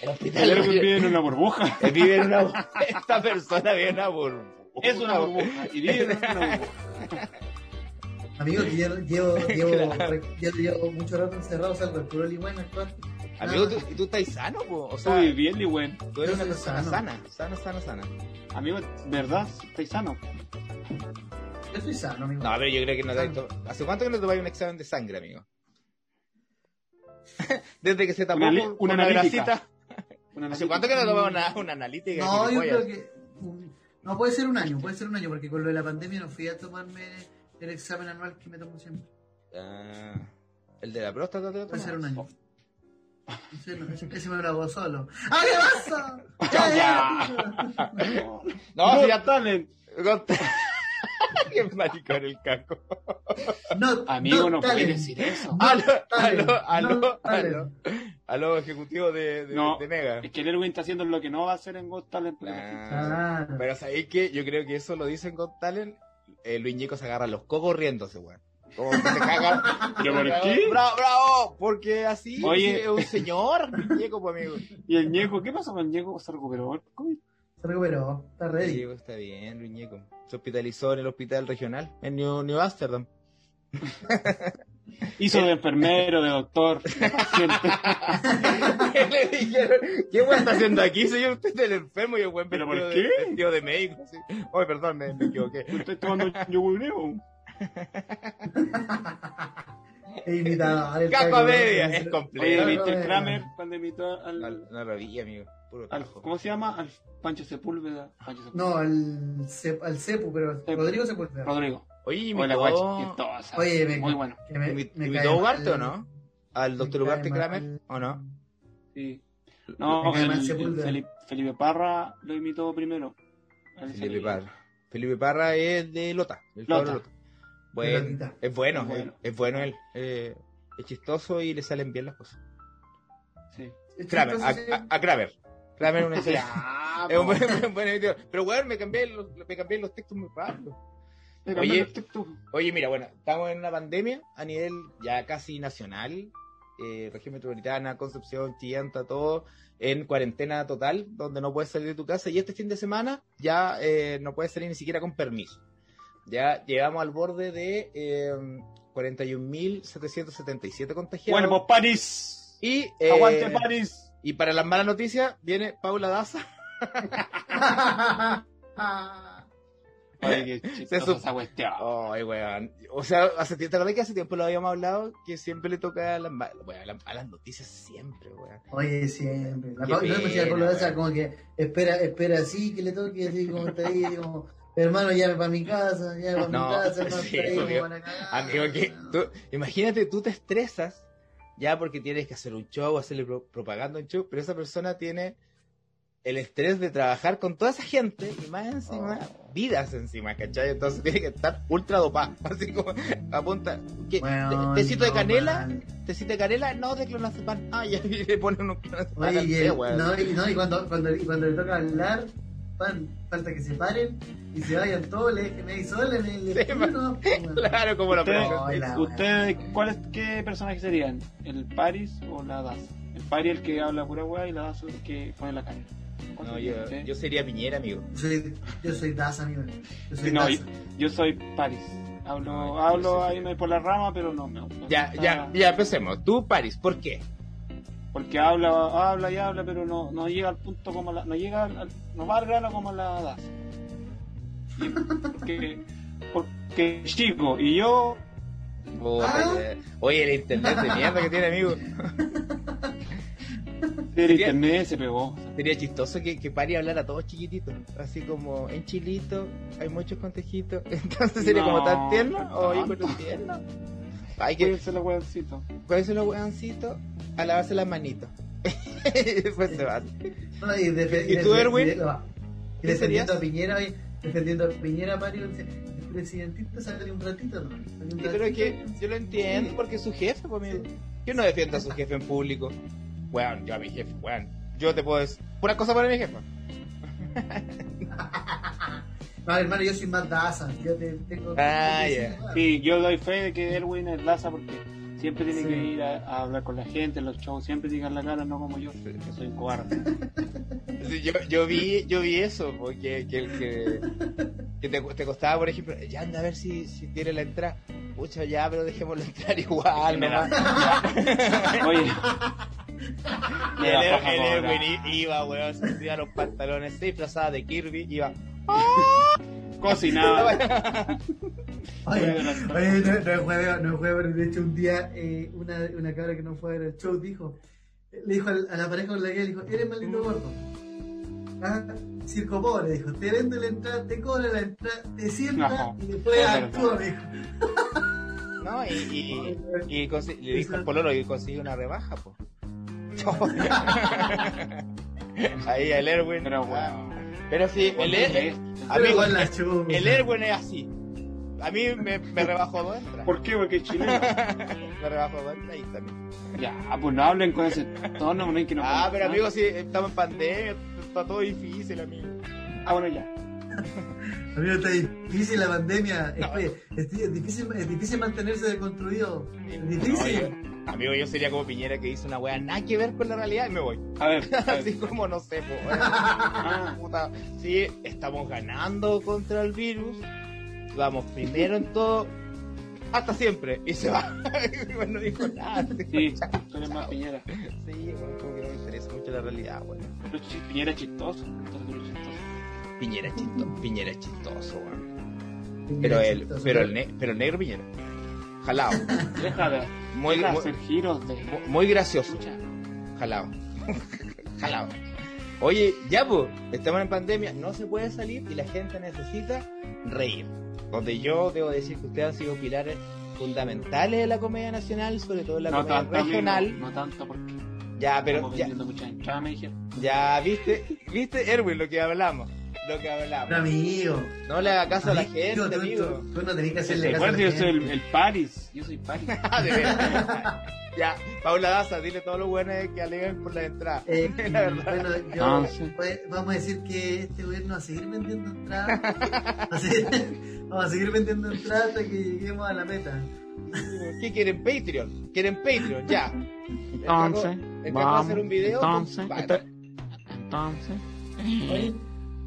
Speaker 1: El hospital
Speaker 2: Pero que
Speaker 1: vive,
Speaker 2: vive en una burbuja.
Speaker 1: vive en una... bur- Esta persona vive en una burbuja.
Speaker 2: Es una burbuja. Y vive en una burbuja.
Speaker 3: Amigo, que yo llevo, llevo, yo llevo mucho rato encerrado, salgo el puro limón actual.
Speaker 1: Amigo, ¿tú, y tú estás sano, po. O
Speaker 2: Tú
Speaker 1: sea,
Speaker 2: vives bien, Ligüen.
Speaker 1: tú eres una
Speaker 3: Yo soy
Speaker 1: persona
Speaker 3: sano.
Speaker 1: sana. Sana, sana, sana.
Speaker 2: Amigo, ¿verdad? ¿Estáis sano?
Speaker 3: Yo estoy sano, amigo.
Speaker 1: No, pero yo creo que no te has to- ¿Hace cuánto que no tomáis un examen de sangre, amigo? Desde que se tapó
Speaker 2: Una li-
Speaker 1: con- con
Speaker 2: una
Speaker 1: una
Speaker 2: analítica.
Speaker 1: grasita.
Speaker 2: Una
Speaker 1: ¿Hace cuánto que no tomas una, una analítica?
Speaker 3: No,
Speaker 1: de
Speaker 3: yo
Speaker 1: gilipollas?
Speaker 3: creo que. un- No, puede ser un año, puede ser un año, porque con lo de la pandemia no fui a tomarme el examen anual que me tomo siempre.
Speaker 1: Ah, ¿El de la próstata te lo
Speaker 3: Puede ser un
Speaker 1: tomas?
Speaker 3: año. Sí, no, ese me lo hago solo. ¡Ah, qué ¡Eh! pasa!
Speaker 1: Ya. No,
Speaker 2: No, no
Speaker 1: si
Speaker 2: ya
Speaker 1: ya
Speaker 2: talent.
Speaker 1: Qué maricón el caco.
Speaker 3: No,
Speaker 2: Amigo, no, puedes
Speaker 3: talent.
Speaker 2: decir eso.
Speaker 1: Aló,
Speaker 3: talent,
Speaker 1: aló, aló,
Speaker 3: no talent.
Speaker 1: aló. Aló, ejecutivo de, de,
Speaker 2: No.
Speaker 1: de Mega.
Speaker 2: Es que el Erwin está haciendo lo que no va a hacer en Ghost Talent. porque
Speaker 1: Ah,
Speaker 3: Claro.
Speaker 1: pero sabéis que yo creo que eso lo dicen con Talent. Eh, Luis Ñico se agarra los cocos riéndose, weón. Como que se caga.
Speaker 2: ¿Pero por qué?
Speaker 1: Bravo, bravo. Porque así
Speaker 2: Oye.
Speaker 1: es un señor, Luis Ñico, pues amigo.
Speaker 2: ¿Y el Ñeco? ¿Qué pasó con el Ñeco? ¿Se recuperó? el COVID?
Speaker 3: Se recuperó, está
Speaker 1: Sí,
Speaker 3: ready.
Speaker 1: pues, está bien, Luis Ñico. Se hospitalizó en el hospital regional, en New, New Amsterdam.
Speaker 2: Hizo
Speaker 1: Eh.
Speaker 2: de enfermero, de doctor, de paciente.
Speaker 1: Que le dijeron, ¿qué weón está haciendo aquí, señor? Usted es el enfermo y el buen
Speaker 2: ¿Pero
Speaker 1: vestido,
Speaker 2: por
Speaker 1: de,
Speaker 2: qué?
Speaker 1: vestido de médico. así. Oye, perdón, me, me equivoqué.
Speaker 2: Estoy tomando yogur griego.
Speaker 3: E imitador. el
Speaker 1: Caco
Speaker 3: Caco,
Speaker 1: a media,
Speaker 3: ¿no?
Speaker 1: es
Speaker 2: Oye,
Speaker 1: completo.
Speaker 3: Oye,
Speaker 2: Mr.
Speaker 3: Robert.
Speaker 2: Kramer, cuando invitó
Speaker 1: No,
Speaker 2: al,
Speaker 1: no lo vi, amigo. Puro
Speaker 2: al-
Speaker 1: trabajo.
Speaker 2: ¿Cómo se llama? Al Pancho Sepúlveda. Pancho Sepúlveda.
Speaker 3: No, al, Cep- al Cepu, pero
Speaker 2: Cepu.
Speaker 3: Rodrigo se puede
Speaker 2: Rodrigo.
Speaker 1: Oye,
Speaker 2: Hola, guacho.
Speaker 1: ¿imitó,
Speaker 2: Chistosa.
Speaker 3: Oye, me-
Speaker 2: Muy bueno.
Speaker 3: Que me,
Speaker 1: imi-
Speaker 3: me
Speaker 1: imitó
Speaker 3: cae
Speaker 1: a
Speaker 3: mal.
Speaker 1: Ugarte o no? ¿Al doctor
Speaker 3: Me cae
Speaker 1: Ugarte Kramer
Speaker 3: mal.
Speaker 1: o no?
Speaker 2: Sí. No,
Speaker 3: Me cae mal
Speaker 2: el-
Speaker 3: Sepúlveda.
Speaker 2: Felipe, Felipe Parra lo imitó primero. Al
Speaker 1: Felipe Parra. Felipe Parra es de Lota. el
Speaker 2: Lota.
Speaker 1: cabro Lota. Bueno,
Speaker 3: Lotita.
Speaker 1: es bueno,
Speaker 2: Es bueno.
Speaker 1: es, es bueno él. eh, es chistoso y le salen bien las cosas.
Speaker 2: Sí.
Speaker 1: Kramer, a,
Speaker 3: Entonces,
Speaker 1: a- a Kramer. Kramer es un excelente.
Speaker 2: Ya,
Speaker 1: Es un
Speaker 2: po.
Speaker 1: buen, un buen video. Pero, weón, me cambié los, me cambié los textos muy rápido.
Speaker 2: Te
Speaker 1: Oye.
Speaker 2: cambiaron el texto.
Speaker 1: Oye, mira, bueno, estamos en una pandemia a nivel ya casi nacional. Eh, región metropolitana, Concepción, Chillanta, todo en cuarentena total, donde no puedes salir de tu casa. Y este fin de semana ya eh, no puedes salir ni siquiera con permiso. Ya llegamos al borde de eh, 41.777 contagiados.
Speaker 2: Vuelvo París.
Speaker 1: y, eh,
Speaker 2: Aguante París.
Speaker 1: y para las malas noticias viene Paula Daza.
Speaker 2: Oye, qué chistosa
Speaker 1: sub-
Speaker 2: esa cuestión.
Speaker 1: Ay, weón. O sea, hace tiempo, ¿te acordás que hace tiempo lo habíamos hablado? Que siempre le toca a las, ma- weón, a las- a las noticias, siempre, weón.
Speaker 3: Oye, siempre. La
Speaker 1: Qué
Speaker 3: Paula
Speaker 1: pena,
Speaker 3: me decía con lo de esa,
Speaker 1: weón.
Speaker 3: como que espera, espera así, que le toque, así como está ahí, digo, hermano, llame para mi casa, llame para
Speaker 1: No,
Speaker 3: mi casa, hermano,
Speaker 1: sí,
Speaker 3: está ahí,
Speaker 1: amigo.
Speaker 3: como para acá.
Speaker 1: Amigo, que tú, imagínate, tú te estresas ya porque tienes que hacer un show, hacerle pro- propaganda a un show, pero esa persona tiene el estrés de trabajar con toda esa gente y más
Speaker 3: Oh,
Speaker 1: encima, vidas encima, ¿cachai? Entonces tiene que estar ultra dopado. Así como, apunta, ¿qué?
Speaker 3: Weón,
Speaker 1: ¿Te- ¿Tecito de
Speaker 3: no,
Speaker 1: canela?
Speaker 3: man.
Speaker 1: ¿Tecito de canela? No, de clonazepam. Ah, ya, y le ponen un clonazepam
Speaker 3: Oye,
Speaker 1: al
Speaker 3: y,
Speaker 1: té,
Speaker 3: el-
Speaker 1: weón.
Speaker 3: no, y, no, y cuando, cuando, y cuando le toca hablar, pan, falta que se paren y se vayan todos, le dejen ahí sola en el
Speaker 1: Sí,
Speaker 3: estudio, ¿no? Bueno,
Speaker 1: Claro, como lo
Speaker 2: ¿Ustedes,
Speaker 1: ponen.
Speaker 3: No, la-
Speaker 2: ustedes ¿cuál es- qué personaje serían? ¿El Paris o la Daza? El Paris el que habla pura weá y la Daza el que pone la cara. ¿Cuál
Speaker 1: No,
Speaker 2: sería,
Speaker 1: yo,
Speaker 2: sí?
Speaker 1: yo sería piñera, amigo.
Speaker 3: soy- yo soy Daza, amigo. Yo soy
Speaker 2: Sí, no,
Speaker 3: Daza.
Speaker 2: Yo soy Paris. Hablo,
Speaker 1: No, yo
Speaker 2: hablo
Speaker 1: soy-
Speaker 2: ahí me por la rama, pero no me gusta.
Speaker 1: Ya, ya, ya, empecemos. Tú, Paris, ¿por qué?
Speaker 2: Porque habla, habla y habla, pero no, no llega al punto como la. No llega al, al- no va al grano como la Daza. Y Porque, porque es chico, y yo
Speaker 1: Puta,
Speaker 3: Ah.
Speaker 1: ya. Oye, el internet de mierda que tiene, amigo.
Speaker 2: el internet se pegó.
Speaker 1: Sería chistoso que, que Pari hablara a todos chiquititos. Así como en Chilito hay muchos contejitos. Entonces sería como tan
Speaker 2: No,
Speaker 1: tierno o
Speaker 2: no.
Speaker 1: hijo tan tierno. Hay que
Speaker 2: Cuídense los hueoncitos.
Speaker 1: ponerse los hueoncitos a lavarse las manitos. Y Después se va.
Speaker 3: No, y, defe-
Speaker 1: ¿Y tú,
Speaker 3: defe-
Speaker 1: Erwin?
Speaker 3: y- no, y
Speaker 1: ¿Qué
Speaker 3: defendiendo
Speaker 1: serías?
Speaker 3: a Piñera, oye, defendiendo a Piñera, Mario, dice, el presidentito sale un ratito, ¿no? Sale un
Speaker 1: Yo creo
Speaker 3: ratito".
Speaker 1: que yo lo entiendo porque es su jefe, pues, amigo. Yo no defiendo a su jefe en público. Weón, yo a mi jefe, weón. Yo te puedo decir pura cosa para mi jefe.
Speaker 3: No, hermano, yo soy más Daza. Yo te, tengo.
Speaker 1: Ah,
Speaker 3: yo
Speaker 1: ya.
Speaker 3: soy-
Speaker 2: Sí, yo doy fe de que Erwin es Laza porque siempre tiene
Speaker 3: Sí.
Speaker 2: que ir a, a hablar con la gente, en los shows, siempre tiene que dar la cara, no como yo, que soy un cobarde.
Speaker 1: Sí, yo, yo vi yo vi eso, porque que, que, que te, te costaba, por ejemplo, ya anda a ver si, si tiene la entrada. Pucha, ya, pero dejémoslo entrar igual,
Speaker 2: Me da-
Speaker 1: nomás.
Speaker 2: Oye,
Speaker 1: Y
Speaker 2: me
Speaker 1: el
Speaker 2: da
Speaker 1: héroe-
Speaker 2: paja
Speaker 1: el
Speaker 2: cobrar.
Speaker 1: héroe i- iba, weón, se tiraba los pantalones, se disfrazaba de Kirby, iba.
Speaker 2: cocinaba.
Speaker 3: Oye, oye, no, no es juego, no es juego. De hecho, un día eh, una, una cabra que no fue a ver el show dijo, le dijo al- a la pareja con la que le dijo, eres maldito gordo. Ah, circo pobre, dijo, te vendo la entrada, te cobra la entrada, te sientas
Speaker 2: Ajá.
Speaker 3: y después
Speaker 2: Es
Speaker 3: actúa,
Speaker 2: verdad.
Speaker 3: dijo.
Speaker 1: No, y, y, y consi- le dijo al
Speaker 3: Exacto.
Speaker 1: Pololo que consiguió una rebaja, po. Ahí el Erwin. ah,
Speaker 2: Pero bueno.
Speaker 1: Pero sí, el,
Speaker 2: ¿Qué?
Speaker 1: Erwin
Speaker 3: Pero
Speaker 1: amigo,
Speaker 3: con la chupa.
Speaker 1: el er- Erwin es así. A mí me, me rebajó dos entradas.
Speaker 2: ¿Por qué? Porque es chileno.
Speaker 1: Me rebajo dos entradas y también.
Speaker 2: ya, pues no hablen con ese tono, no es que no
Speaker 1: Ah,
Speaker 2: conozcan.
Speaker 1: pero amigo, si estamos en pandemia, está todo difícil, amigo.
Speaker 2: Ah, bueno, ya.
Speaker 3: Amigo, está difícil la pandemia. Es, es- es difícil, es difícil mantenerse deconstruido. Es difícil.
Speaker 1: No, yo- amigo, yo sería como Piñera que hizo una wea nada que ver con la realidad y me voy.
Speaker 2: A ver. a ver.
Speaker 1: Así como no sé, po, wea,
Speaker 2: Ah,
Speaker 1: puta. Sí, estamos ganando contra el virus. Vamos primero en todo. Hasta siempre. Y se va. Y bueno, no dijo nada.
Speaker 2: sí, tú eres más piñera.
Speaker 1: Sí, bueno, como que no me interesa mucho la realidad, weón.
Speaker 2: Pero chi- piñera es chistoso. entonces tú eres chistoso.
Speaker 1: Piñera es chistoso, Piñera es chistoso, weón. Pero el,
Speaker 3: Chistoso.
Speaker 1: pero el, ne- pero el negro Piñera. Jalao.
Speaker 2: Deja de,
Speaker 1: Muy,
Speaker 2: deja de
Speaker 1: muy,
Speaker 2: hacer giros de.
Speaker 1: Mu- Muy gracioso.
Speaker 2: Escucha.
Speaker 1: Jalao. Jalao. Oye, ya pues, estamos en pandemia, no se puede salir y la gente necesita reír. Donde yo debo decir que ustedes han sido pilares fundamentales de la comedia nacional, sobre todo en la
Speaker 2: no
Speaker 1: comedia
Speaker 2: tanto, amigo,
Speaker 1: regional.
Speaker 2: no tanto porque
Speaker 1: Ya, pero
Speaker 2: estamos
Speaker 1: ya,
Speaker 2: vendiendo muchas entradas, me dijeron.
Speaker 1: ya viste, viste Erwin lo que hablamos, lo que
Speaker 3: Pero
Speaker 1: hablamos.
Speaker 3: amigo.
Speaker 1: No le haga caso a la gente,
Speaker 3: Amigo, tú-
Speaker 1: amigo.
Speaker 3: Tú, tú no tenés que hacerle caso a la
Speaker 2: Recuerda, yo soy el,
Speaker 3: gente.
Speaker 2: el Paris. Yo soy Paris.
Speaker 1: Ah, de veras. Ya, Paula Daza, dile a todos los buenos eh, que alegan por la entrada.
Speaker 3: Eh,
Speaker 1: La verdad.
Speaker 3: bueno, yo,
Speaker 2: Ah, sí.
Speaker 3: pues, vamos a decir que este gobierno va a seguir vendiendo entradas. Va a seguir- vamos a seguir vendiendo entradas hasta que lleguemos a la meta.
Speaker 1: ¿Qué quieren? Patreon. ¿Quieren Patreon? Ya.
Speaker 2: Entonces,
Speaker 1: El Caco va a
Speaker 2: vamos,
Speaker 1: hacer un video. con-
Speaker 2: entonces,
Speaker 1: va-
Speaker 2: esta- entonces,
Speaker 3: Oye,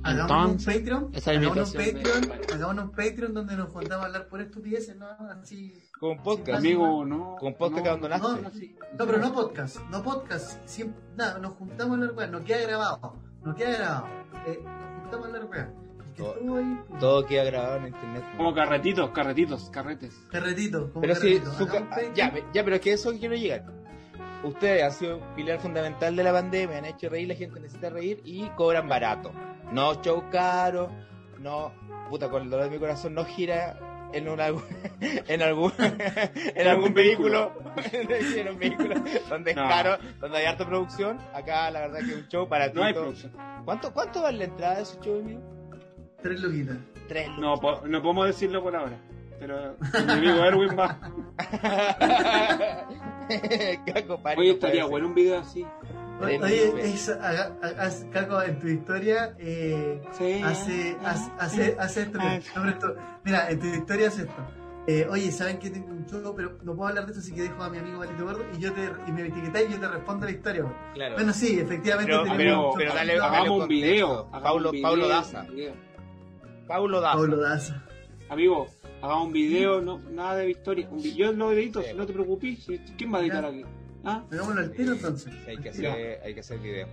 Speaker 3: hagamos un
Speaker 2: Entonces,
Speaker 3: Patreon.
Speaker 2: esa
Speaker 3: Hagamos un
Speaker 2: imitación de-
Speaker 3: Patreon, hagamos un Patreon donde nos juntamos a hablar por estupideces, ¿no? Así.
Speaker 1: con un podcast.
Speaker 2: amigo, no.
Speaker 1: Con podcast
Speaker 2: no,
Speaker 1: que abandonaste.
Speaker 2: no, no, sí.
Speaker 3: No, pero no podcast, no podcast. Siempre, nada, nos juntamos a hablar, weá, no queda grabado, no queda grabado. Eh, nos juntamos a hablar, weá. El que
Speaker 1: Todo-
Speaker 3: estuvo ahí, pues, pum,
Speaker 1: Todo queda grabado en internet.
Speaker 2: Como carretitos, carretitos, carretes.
Speaker 3: carretito, como
Speaker 1: Pero si.
Speaker 3: carretito.
Speaker 1: su ca-
Speaker 3: Hagamos un Patreon.
Speaker 1: ya, ve- ya, pero es que eso quiero llegar. Ustedes han sido pilar fundamental de la pandemia, han hecho reír, la gente necesita reír y cobran barato. No show caro, no. Puta, con el dolor de mi corazón, no gira en, una, en algún, en algún vehículo, en un vehículo donde es
Speaker 2: No.
Speaker 1: caro, donde hay harta producción. Acá la verdad que es un show para ti.
Speaker 2: No hay
Speaker 1: todo.
Speaker 2: producción.
Speaker 1: ¿Cuánto, ¿Cuánto vale la entrada de ese show, amigo?
Speaker 3: Tres luquitas.
Speaker 1: Tres.
Speaker 2: No, po- no podemos decirlo por ahora. Pero mi amigo Erwin va.
Speaker 1: Caco, pánico,
Speaker 2: Oye, estaría
Speaker 1: parece.
Speaker 2: bueno un video así.
Speaker 1: Tres
Speaker 3: Oye,
Speaker 1: luquitas.
Speaker 3: es, haga- ha- haz- Caco, en tu historia eh,
Speaker 2: Sí.
Speaker 3: hace, hace, hace, hace esto,
Speaker 1: Ah.
Speaker 3: mira, abre esto. Mira, en tu historia hace esto. Eh, oye, saben que tengo un show, pero no puedo hablar de eso, así que dejo a mi amigo Valito Gordo y yo te y me etiquetáis y yo te respondo la historia. weón.
Speaker 1: Claro.
Speaker 3: Bueno, sí, efectivamente
Speaker 2: Ah,
Speaker 1: Pero-
Speaker 3: tenemos
Speaker 1: pero-
Speaker 3: un show.
Speaker 1: pero dale-
Speaker 3: No,
Speaker 1: dale-
Speaker 2: Hagamos un video.
Speaker 1: contexto.
Speaker 2: hagamos
Speaker 1: Paulo-
Speaker 2: un video,
Speaker 1: Paulo Daza.
Speaker 2: un video.
Speaker 1: Paulo Daza.
Speaker 3: Pablo Daza.
Speaker 2: Amigo, hagamos un video, no, nada de victoria. Un vi- yo lo edito,
Speaker 1: Sí.
Speaker 2: no te preocupes. si- ¿Quién va a editar
Speaker 3: Ya.
Speaker 2: aquí? ¿Ah?
Speaker 3: Hagámoslo al tiro entonces.
Speaker 1: Hay que hacer, hay que hacer video.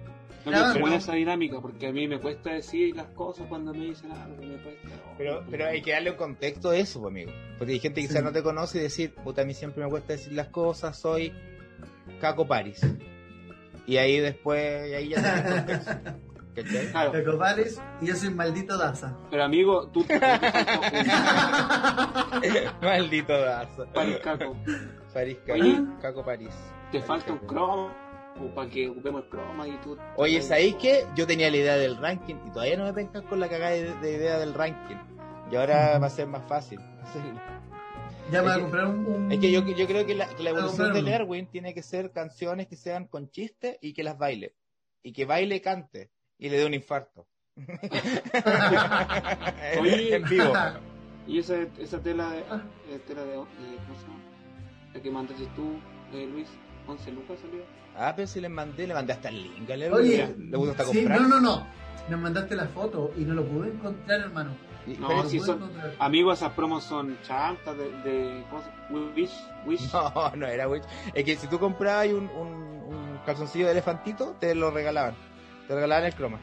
Speaker 2: No
Speaker 3: Ya,
Speaker 2: me
Speaker 3: pero-
Speaker 2: buena esa dinámica, porque a mí me cuesta decir las cosas cuando me dicen algo. me cuesta.
Speaker 1: Pero, pero hay que darle un contexto de eso, pues, amigo. Porque hay gente que
Speaker 3: Sí.
Speaker 1: quizás no te conoce y decir, puta, a mí siempre me cuesta decir las cosas, soy Caco Paris. Y ahí después, y ahí ya tenés contexto. ¿Cachai?
Speaker 2: Claro,
Speaker 3: Caco Pares y yo soy maldito Daza.
Speaker 2: pero amigo, tú te un
Speaker 1: Maldito dazo.
Speaker 2: paricaco.
Speaker 1: Paris,
Speaker 2: Oye.
Speaker 1: Caco, Caco Paris.
Speaker 2: Te
Speaker 1: Paris,
Speaker 2: falta un
Speaker 1: Caco.
Speaker 2: croma para que ocupemos el croma y tú.
Speaker 1: Oye, ¿sabéis qué? Yo tenía la idea del ranking y todavía no me vengan con la cagada de, de idea del ranking. Y ahora va a ser más fácil.
Speaker 3: Ya me voy
Speaker 1: Es
Speaker 3: a
Speaker 1: que-
Speaker 3: comprar un. un-
Speaker 1: Es que yo, yo creo que la, que la
Speaker 3: Ah,
Speaker 1: evolución
Speaker 3: comprarlo.
Speaker 1: del Erwin tiene que ser canciones que sean con chistes y que las baile. Y que baile, y cante y le dé un infarto.
Speaker 2: Oye.
Speaker 1: en vivo.
Speaker 2: Y esa, esa tela de. Ah, eh, tela de. de- ¿Cómo se llama? La que mandaste tú, eh, Luis. 11 lucas salió.
Speaker 1: Ah, pero si le mandé, le mandé hasta el link al Erwin.
Speaker 3: Oye,
Speaker 1: Mira, le gusta hasta
Speaker 3: sí,
Speaker 1: comprar.
Speaker 3: no, no, no. Nos mandaste la foto y no lo pude encontrar, hermano.
Speaker 1: Y-
Speaker 2: No,
Speaker 1: pero-
Speaker 3: lo
Speaker 2: sí
Speaker 3: pude
Speaker 2: son-
Speaker 3: encontrar.
Speaker 2: Amigo, esas promos son chantas de. de ¿Cómo se llama? Wish. Wish.
Speaker 1: no, no era witch. Es que si tú comprabas un, un- un calzoncillo de elefantito, te lo regalaban. Te regalaban el croma.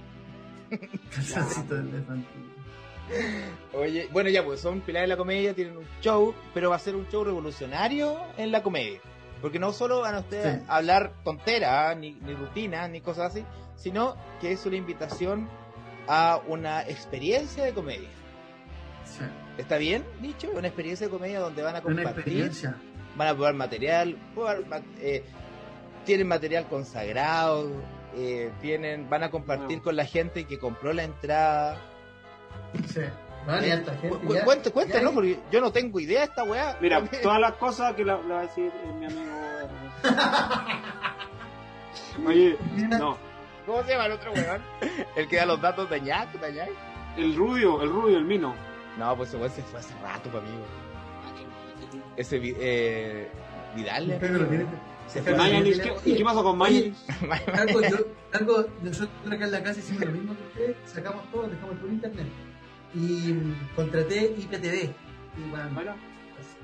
Speaker 3: Calzoncito de elefante.
Speaker 1: Oye, bueno, ya, pues son pilares de la comedia, tienen un show, pero va a ser un show revolucionario en la comedia. Porque no solo van a ustedes
Speaker 3: Sí.
Speaker 1: a hablar tonteras, ah, ni, ni rutinas, ni cosas así, sino que es una invitación a una experiencia de comedia.
Speaker 3: Sí,
Speaker 1: ¿Está bien dicho? Una experiencia de comedia donde van a
Speaker 3: Una
Speaker 1: compartir,
Speaker 3: experiencia.
Speaker 1: van a probar material, probar ma- eh, tienen material consagrado, eh, tienen, van a compartir
Speaker 2: Wow.
Speaker 1: con la gente que compró la entrada.
Speaker 3: Sí. Vale, harta gente.
Speaker 1: Cu-
Speaker 3: ya.
Speaker 1: cuenta, cuenta,
Speaker 3: Ya,
Speaker 1: ¿no?
Speaker 3: ya.
Speaker 1: Porque yo no tengo idea de esta weá.
Speaker 2: Mira, todas las cosas que la, la va a decir eh, mi amigo. eh. Oye,
Speaker 3: Mira,
Speaker 2: no.
Speaker 1: ¿Cómo se llama el otro weón? El que da los datos de Ñac, de Ñac.
Speaker 2: El rubio, el rubio, el mino.
Speaker 1: No, pues ese weón se fue hace rato, pa' amigo. Ese vi- eh, Vidal.
Speaker 3: Caco,
Speaker 1: ¿eh?
Speaker 3: lo tienes-
Speaker 1: Se
Speaker 3: Pero
Speaker 2: Mañalich,
Speaker 3: no tiene-
Speaker 2: ¿qué- ¿Y qué pasó con Mañalich?
Speaker 3: Caco, yo, Caco, nosotros acá en la casa hicimos lo mismo que ustedes, sacamos todo, dejamos por internet. Y mm, contraté IPTV. Y bueno,
Speaker 2: Mira,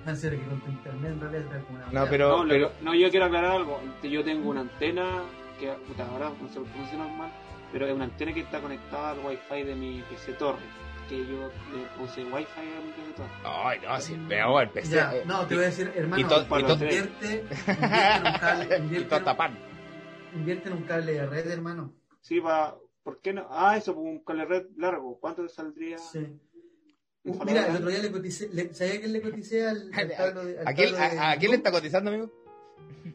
Speaker 3: no sé, que con tu internet en realidad era como una.
Speaker 1: No,
Speaker 2: No,
Speaker 1: pero,
Speaker 2: lo-
Speaker 1: pero
Speaker 2: no, yo quiero aclarar algo. Yo tengo una antena que puta, ahora no sé cómo funciona mal, pero es una antena que está conectada al wifi de mi PC Torre. Que yo le puse wifi a mi PC Torre.
Speaker 1: Ay, no, sí, pero el PC.
Speaker 3: Ya,
Speaker 1: eh,
Speaker 3: no, te voy a decir, hermano,
Speaker 1: y todo-
Speaker 2: y todo-
Speaker 3: invierte, invierte en un cable,
Speaker 1: y
Speaker 3: invierte,
Speaker 1: todo
Speaker 3: en un-
Speaker 1: tapán.
Speaker 3: invierte en un cable de red, hermano.
Speaker 2: Sí, va. ¿Por qué no? Ah, eso, un cable red largo. ¿Cuánto te saldría?
Speaker 3: Sí.
Speaker 2: Un
Speaker 3: Uh, Mira,
Speaker 2: cable
Speaker 3: el
Speaker 2: red?
Speaker 3: otro día le coticé, le- ¿sabía que le coticé al, al cabro de- al
Speaker 1: ¿A quién,
Speaker 3: cabro de
Speaker 1: a, a quién le
Speaker 3: Bloom?
Speaker 1: está cotizando, amigo?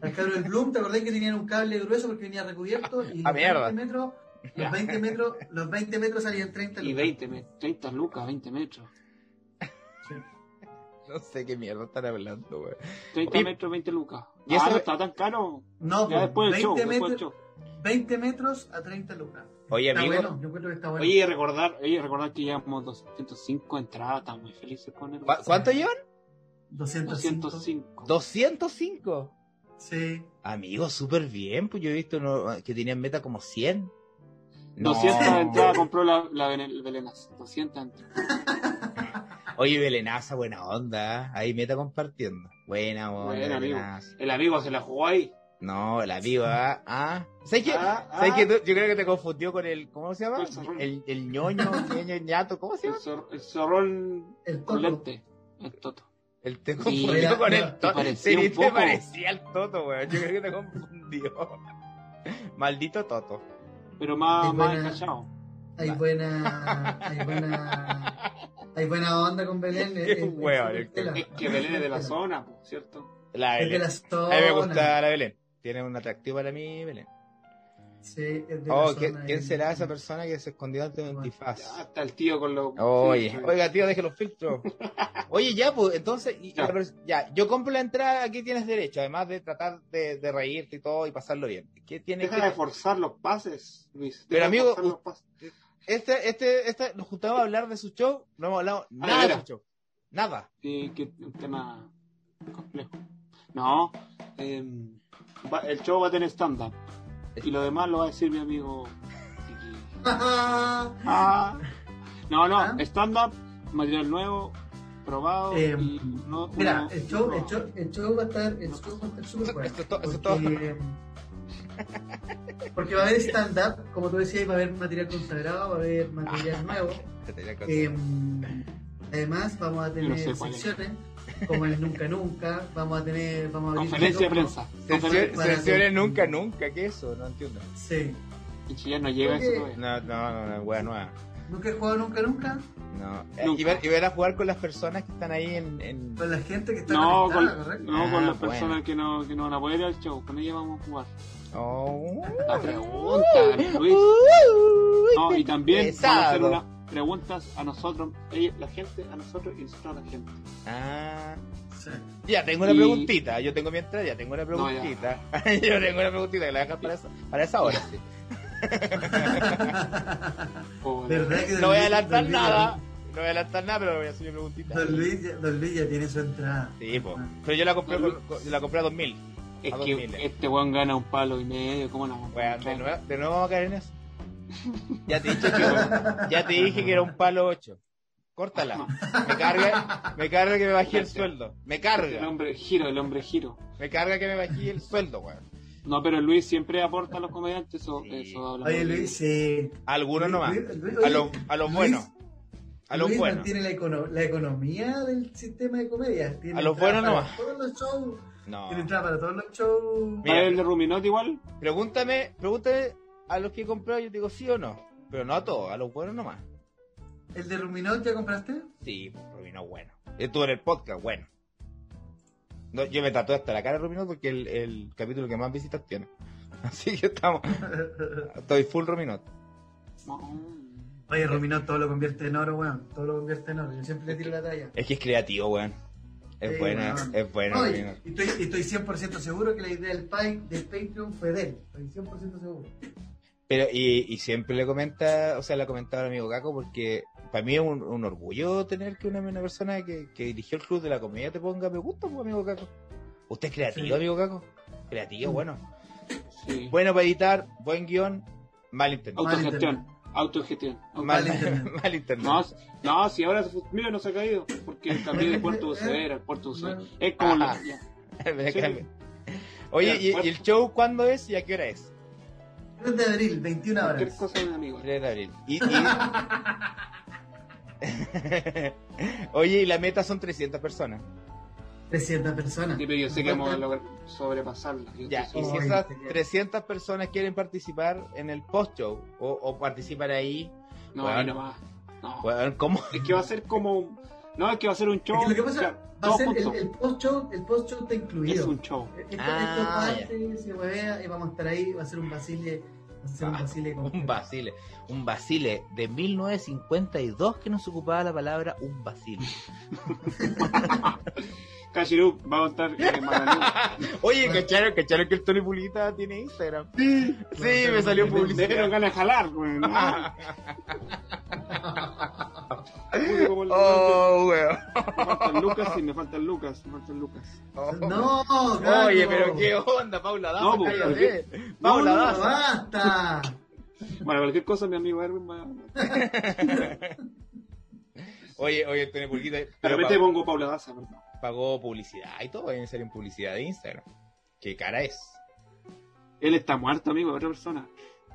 Speaker 3: Al cabro del Bloom, ¿te acordás que tenían un cable grueso porque venía recubierto? Y
Speaker 1: Ah, mierda.
Speaker 3: metros,
Speaker 2: Ya.
Speaker 3: los 20 metros, los 20 metros salían 30
Speaker 2: Y
Speaker 3: lucas.
Speaker 2: 20 metros, 30 lucas, 20 metros.
Speaker 1: No sé qué mierda están hablando, weón.
Speaker 2: 30
Speaker 1: Oye,
Speaker 2: metros, 20 lucas.
Speaker 1: ¿y
Speaker 2: ¿Y ah,
Speaker 1: eso-
Speaker 2: no está tan caro.
Speaker 3: No,
Speaker 2: Ya
Speaker 3: pues,
Speaker 2: después del show,
Speaker 3: 20,
Speaker 2: después del
Speaker 3: metros,
Speaker 2: show.
Speaker 3: 20 metros a 30 lucas.
Speaker 1: Oye,
Speaker 3: Está
Speaker 1: amigo.
Speaker 3: bueno, yo encuentro que está bueno.
Speaker 2: Oye, y recordar, oye, recordar que llevamos 205 entradas, estamos muy felices con el
Speaker 1: ¿cu- ¿Cuánto llevan?
Speaker 3: 205.
Speaker 2: 205.
Speaker 1: 205.
Speaker 3: Sí.
Speaker 1: Amigo, súper bien. Pues yo he visto uno- que tenían meta como 100. No.
Speaker 2: 200 entradas compró la, la Belen- Belenaza. 200 entradas.
Speaker 1: Oye, Belenaza, buena onda. ¿eh? Ahí meta compartiendo. Buena onda,
Speaker 2: Buena, amigo.
Speaker 1: Belenaza.
Speaker 2: El amigo se la jugó ahí.
Speaker 1: No, la viva. ¿eh? Ah. ¿Sabes qué?
Speaker 2: Ah,
Speaker 1: ¿Sabes
Speaker 2: ah.
Speaker 1: qué? Tú- Yo creo que te confundió con el. ¿Cómo se llama?
Speaker 2: El zorrón.
Speaker 1: El, el ñoño, ñoño, ñato. ¿Cómo se
Speaker 2: El,
Speaker 1: llama?
Speaker 2: zor- el zorrón
Speaker 3: El
Speaker 2: con
Speaker 3: coco.
Speaker 2: lente. El toto.
Speaker 1: El, te
Speaker 2: Sí,
Speaker 1: confundió
Speaker 3: era-
Speaker 1: con
Speaker 3: era-
Speaker 1: el
Speaker 3: te
Speaker 1: Toto.
Speaker 2: parecía
Speaker 1: Sí,
Speaker 2: un
Speaker 1: te
Speaker 2: poco.
Speaker 1: parecía el Toto, weón. Yo creo que te confundió. Maldito Toto.
Speaker 2: Pero más,
Speaker 3: Qué
Speaker 2: más
Speaker 3: buena.
Speaker 2: encachado.
Speaker 3: Hay buena. Hay buena. Hay buena onda con Belén.
Speaker 1: Qué
Speaker 3: es- es-
Speaker 1: hueón,
Speaker 3: es-
Speaker 1: el que-
Speaker 2: Es que Belén es de la zona, po, ¿cierto?
Speaker 1: La
Speaker 3: Es de
Speaker 1: Belén.
Speaker 3: la
Speaker 1: A
Speaker 3: zona.
Speaker 1: mí me gusta la Belén. Tiene un atractivo para mí, Belén.
Speaker 3: Sí, es de la
Speaker 1: Oh,
Speaker 3: zona,
Speaker 1: ¿quién, quién
Speaker 3: es-
Speaker 1: será esa persona que se escondió antes de un
Speaker 2: Ya,
Speaker 1: antifaz?
Speaker 2: está el tío con los.
Speaker 1: Ah. Oye,
Speaker 2: sí,
Speaker 1: oiga, tío, deje los filtros. pues. Oye, ya, pues, entonces, y- y
Speaker 2: Ya.
Speaker 1: la pers- ya, yo compro la entrada, aquí tienes derecho, además de tratar de, de reírte y todo y pasarlo bien. ¿Qué tienes
Speaker 2: Deja de forzar los pases, Luis.
Speaker 1: Pero,
Speaker 2: deja de
Speaker 1: amigo,
Speaker 2: forzar los pases.
Speaker 1: Este, este, este, nos juntamos a hablar de su show, no hemos hablado nada de
Speaker 2: mira.
Speaker 1: su show. Nada.
Speaker 2: Sí, que un tema complejo. No, eh, va- el show va a tener stand-up. Y lo demás lo va a decir mi amigo. Kiki. Ah. No, no,
Speaker 3: ¿Ah?
Speaker 2: stand-up, material nuevo, probado.
Speaker 3: Eh,
Speaker 2: y no-
Speaker 3: Mira,
Speaker 2: no-
Speaker 3: el show,
Speaker 2: no.
Speaker 3: el show, el show va a estar, el show va a estar súper bueno.
Speaker 1: Esto es todo- esto es
Speaker 3: Porque, porque va a haber stand-up, como tú decías, va a haber material consagrado, va a haber material nuevo. Eh, además, vamos a tener
Speaker 2: Ah, No sé cuál es.
Speaker 3: secciones como el Nunca Nunca, vamos a tener... Vamos a abrir
Speaker 2: Conferencia de
Speaker 3: el horno.
Speaker 2: prensa.
Speaker 1: Censure-
Speaker 2: Conferencia.
Speaker 3: para-
Speaker 1: Censure nunca, nunca, ¿qué es eso? No entiendo.
Speaker 3: Sí.
Speaker 2: En Chile no llega
Speaker 3: Oye.
Speaker 2: eso eh.
Speaker 1: No,
Speaker 2: todavía.
Speaker 1: no, no, no, wea nueva.
Speaker 3: ¿Nunca he jugado Nunca Nunca?
Speaker 1: No. Eh,
Speaker 2: Nunca.
Speaker 1: Y, ver, y ver a jugar con las personas que están ahí en. en-
Speaker 3: Con la gente que está
Speaker 2: No,
Speaker 3: conectada,
Speaker 2: con,
Speaker 3: ¿correcto?
Speaker 2: no,
Speaker 1: Ah,
Speaker 2: con las
Speaker 1: bueno.
Speaker 2: personas que no, que no van a poder ir al show. Con ellas vamos a jugar.
Speaker 1: Oh.
Speaker 2: La pregunta, Luis. No, y también van a hacer
Speaker 1: Pesado.
Speaker 2: unas preguntas a nosotros, ella- la gente, a nosotros y nosotros a la gente.
Speaker 1: Ah.
Speaker 3: Sí.
Speaker 1: Ya tengo una
Speaker 2: Y-
Speaker 1: preguntita. Yo tengo mi entrada, ya tengo una preguntita. Yo tengo una preguntita que la dejas para esa, para esa hora. sí.
Speaker 2: O-
Speaker 3: ¿Verdad que don
Speaker 1: No voy a
Speaker 3: Luis-
Speaker 1: adelantar
Speaker 3: don Luis-
Speaker 1: nada. No voy a adelantar nada, pero voy a hacer mi preguntita.
Speaker 3: Don Luis, ya- don Luis ya tiene su entrada.
Speaker 1: Sí, po. Pero yo la compré,
Speaker 2: Don Luis.
Speaker 1: con- yo la compré a 2000.
Speaker 2: es
Speaker 1: a dos
Speaker 2: que
Speaker 1: miles.
Speaker 2: este weón gana un palo y medio, ¿cómo la vamos a
Speaker 1: Weón, de,
Speaker 2: comprar?
Speaker 1: nuevo, de nuevo vamos a caer en eso. Ya te, dije que, ya te dije que era un palo 8. Córtala. Me carga, me carga que me bajé el sueldo. Me
Speaker 2: El
Speaker 1: carga.
Speaker 2: hombre giro, el hombre giro.
Speaker 1: Me carga que me bajé el sueldo, weón.
Speaker 2: No, pero Luis siempre aporta a los comediantes, eso,
Speaker 1: Sí.
Speaker 2: eso habla
Speaker 3: Oye,
Speaker 2: muy bien.
Speaker 3: Luis, sí.
Speaker 1: A algunos
Speaker 3: Luis-
Speaker 1: nomás.
Speaker 3: Luis- Luis-
Speaker 1: A los, a los
Speaker 3: Luis-
Speaker 1: buenos. A los
Speaker 3: Luis
Speaker 1: buenos.
Speaker 3: mantiene la, econo- la economía del sistema de comedia. Tiene
Speaker 1: A los
Speaker 3: entrada
Speaker 1: buenos
Speaker 3: para
Speaker 1: nomás. Ah.
Speaker 3: Todos los shows.
Speaker 1: No.
Speaker 3: Tiene entrada para todos los shows.
Speaker 1: Mira.
Speaker 2: ¿Va a ver el de Ruminot igual?
Speaker 1: Pregúntame, pregúntame a los que he comprado, yo te digo sí o no. Pero no a todos, a los buenos nomás.
Speaker 3: ¿El de Ruminot ya compraste?
Speaker 1: Sí, pues, Rubino bueno. Estuvo en el podcast, bueno. No, yo me tatué hasta la cara de Rubino porque el, el capítulo que más visitas tiene. Así que estamos. Estoy full Rubinot.
Speaker 2: No.
Speaker 3: Oye, Ruminot todo lo convierte en oro, weón. Todo lo convierte en oro. Yo siempre le tiro la talla.
Speaker 1: Es que es creativo, weón. Es
Speaker 3: Sí,
Speaker 1: buena,
Speaker 3: weón.
Speaker 1: es buena
Speaker 3: No, y-
Speaker 1: Rubinot.
Speaker 3: y estoy, y estoy 100% seguro que la idea del, Pai- del Patreon fue de él. Estoy 100% seguro.
Speaker 1: Pero, y, y siempre le comenta, o sea, le ha comentado al amigo Caco porque para mí es un, un orgullo tener que una, una persona que, que dirigió el club de la comedia te ponga me gusta, pues, amigo Caco. Usted es creativo,
Speaker 3: Sí.
Speaker 1: amigo Caco.
Speaker 2: Mm.
Speaker 1: Creativo, bueno.
Speaker 2: Sí.
Speaker 1: Bueno para editar, buen guión, mal intentado.
Speaker 2: Autogestión. Autogestión.
Speaker 1: Mal,
Speaker 3: Mal
Speaker 1: mal,
Speaker 3: intentado.
Speaker 1: intentado.
Speaker 2: No, si- no, si ahora, se- mira, no se ha caído. Porque también el puerto de Ucedera, el puerto de Ucedera. Es como la,
Speaker 1: Ajá.
Speaker 2: ya.
Speaker 1: Me
Speaker 2: Sí.
Speaker 1: cambia. Oye,
Speaker 2: Ya,
Speaker 1: ¿y,
Speaker 2: bueno.
Speaker 1: y el show cuándo es y a qué hora es?
Speaker 3: 3 de abril, 21
Speaker 2: cualquier
Speaker 3: horas.
Speaker 2: cosa de un amigo.
Speaker 1: 3 de abril. Y, y- Oye, y la meta son 300 personas.
Speaker 3: 300 personas.
Speaker 2: Sí, pero yo sé que vamos a
Speaker 3: Faltan-
Speaker 2: lograr sobrepasarla. Yo
Speaker 1: Ya,
Speaker 2: estoy
Speaker 1: y si
Speaker 2: seguro.
Speaker 3: Ay,
Speaker 1: esas
Speaker 3: qué bien.
Speaker 1: 300 personas quieren participar en el post-show o, o participar ahí,
Speaker 2: No,
Speaker 1: Bueno.
Speaker 2: ahí nomás. No.
Speaker 1: weón, ¿cómo?
Speaker 2: Es que va a ser como un... No, es que va a ser un show.
Speaker 3: Es que lo que pasa
Speaker 2: ya,
Speaker 3: va a
Speaker 2: todo
Speaker 3: ser el,
Speaker 2: junto.
Speaker 3: el post-show, el post-show está
Speaker 2: Es
Speaker 3: incluido.
Speaker 2: un show.
Speaker 3: Esto, esto
Speaker 1: Ah,
Speaker 3: parte, se huevea y vamos a estar ahí, va a ser un basile, va a ser un
Speaker 1: Ah,
Speaker 3: basile con
Speaker 1: Un basile. Un basile de 1952 que nos ocupaba la palabra un basile.
Speaker 2: Kashiru va a eh, estar en Magalú.
Speaker 1: Oye,
Speaker 3: Bueno.
Speaker 1: ¿cacharon, ¿cacharon que el Tony Pulita tiene Instagram? Sí,
Speaker 3: Bueno,
Speaker 1: me salió
Speaker 3: bueno,
Speaker 2: Le
Speaker 1: publicidad.
Speaker 2: dieron ganas de jalar, güey. ¿no? Uy, como el-
Speaker 1: Oh, weón.
Speaker 2: Me faltan Lucas y me faltan Lucas. Me faltan Lucas.
Speaker 3: No,
Speaker 1: Oh, Oye,
Speaker 3: Gato,
Speaker 1: pero qué onda, Paula Daza,
Speaker 2: No, pues,
Speaker 1: cállate.
Speaker 2: No,
Speaker 1: Paula
Speaker 2: no,
Speaker 3: no,
Speaker 1: Daza.
Speaker 3: basta.
Speaker 2: Bueno, cualquier cosa, mi amigo Erwin va...
Speaker 1: Oye, oye, Tony Pulquita
Speaker 2: De
Speaker 1: pero
Speaker 2: repente
Speaker 1: pa-
Speaker 2: pongo Paula Daza, perdón.
Speaker 1: pagó publicidad y todo, en serio, en publicidad de Instagram. Qué cara es.
Speaker 2: Él está muerto, amigo, otra persona.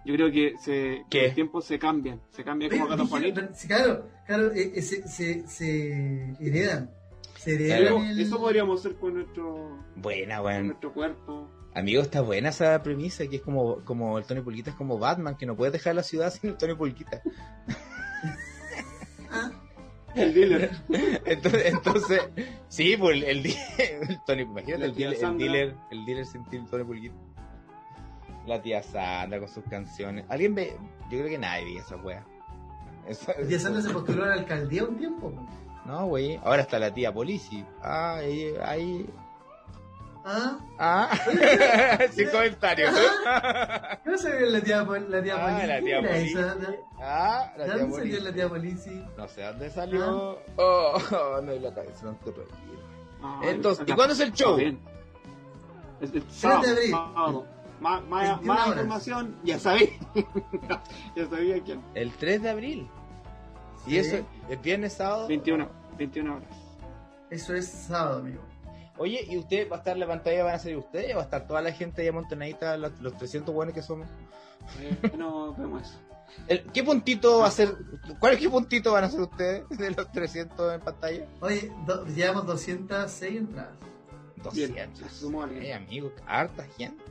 Speaker 2: Yo creo que se,
Speaker 1: ¿Qué?
Speaker 2: los tiempos se cambian. Se cambia como
Speaker 3: Pero,
Speaker 2: Gato Juanito.
Speaker 3: dije, sí, Claro, claro, eh, eh, se, se, se heredan. Se
Speaker 1: Claro,
Speaker 3: heredan. el-
Speaker 2: Eso podríamos hacer con nuestro,
Speaker 1: Buena,
Speaker 2: con
Speaker 1: weón.
Speaker 2: nuestro cuerpo.
Speaker 1: Amigo, está buena esa premisa, que es como, como el Tony Pulquita es como Batman, que no puedes dejar la ciudad sin el Tony Pulquita.
Speaker 3: Ah,
Speaker 2: El dealer.
Speaker 1: Entonces, entonces sí, pues el, el, el Tony, imagínate
Speaker 2: La
Speaker 1: el,
Speaker 2: tía
Speaker 1: dealer- el
Speaker 2: Sandra.
Speaker 1: dealer, el dealer sin Tim Tony Pulguito. La tía Sandra con sus canciones. ¿Alguien ve? Yo creo que nadie veía esa wea. Esa-
Speaker 3: Y Sandra se postuló a la alcaldía un tiempo. po.
Speaker 1: No, güey. Ahora está la tía Polisi. Ah, ahí. ahí.
Speaker 3: Ah,
Speaker 1: Ah, sin comentarios.
Speaker 3: no se vio la tía, Pol- la tía
Speaker 1: Ah,
Speaker 3: Polisi.
Speaker 1: la tía
Speaker 3: ¿Quién era
Speaker 1: Polisi.
Speaker 3: esa? ¿De
Speaker 1: Ah, la tía
Speaker 3: dónde salió
Speaker 1: Polisi.
Speaker 3: la tía Polisi?
Speaker 1: No sé dónde salió. Oh, no, la cabeza, no te preocupes.
Speaker 2: Ah,
Speaker 1: Entonces, ¿y
Speaker 2: la-
Speaker 1: cuándo es el show?
Speaker 2: Bien. Es el sábado.
Speaker 3: abril.
Speaker 2: sábado. Ma- ma-
Speaker 3: 21
Speaker 2: más
Speaker 3: horas.
Speaker 2: información, ya sabía. ya sabía quién.
Speaker 1: El 3 de abril.
Speaker 3: Sí.
Speaker 1: ¿Y eso? ¿El viernes, sábado?
Speaker 2: 21, 21 horas.
Speaker 3: Eso es sábado, amigo.
Speaker 1: Oye, ¿y usted va a estar en la pantalla? ¿Van a ser ustedes? ¿Va a estar toda la gente ahí amontonadita, los, los 300 buenos que somos?
Speaker 2: Eh, no vemos eso.
Speaker 1: El- ¿Qué puntito va a ser? ¿Cuál qué puntito van a ser ustedes de los 300 en pantalla?
Speaker 3: Oye, do- llevamos 206 entradas.
Speaker 2: Bien,
Speaker 1: 200.
Speaker 2: sumo a alguien.
Speaker 1: Ay, amigo, harta gente.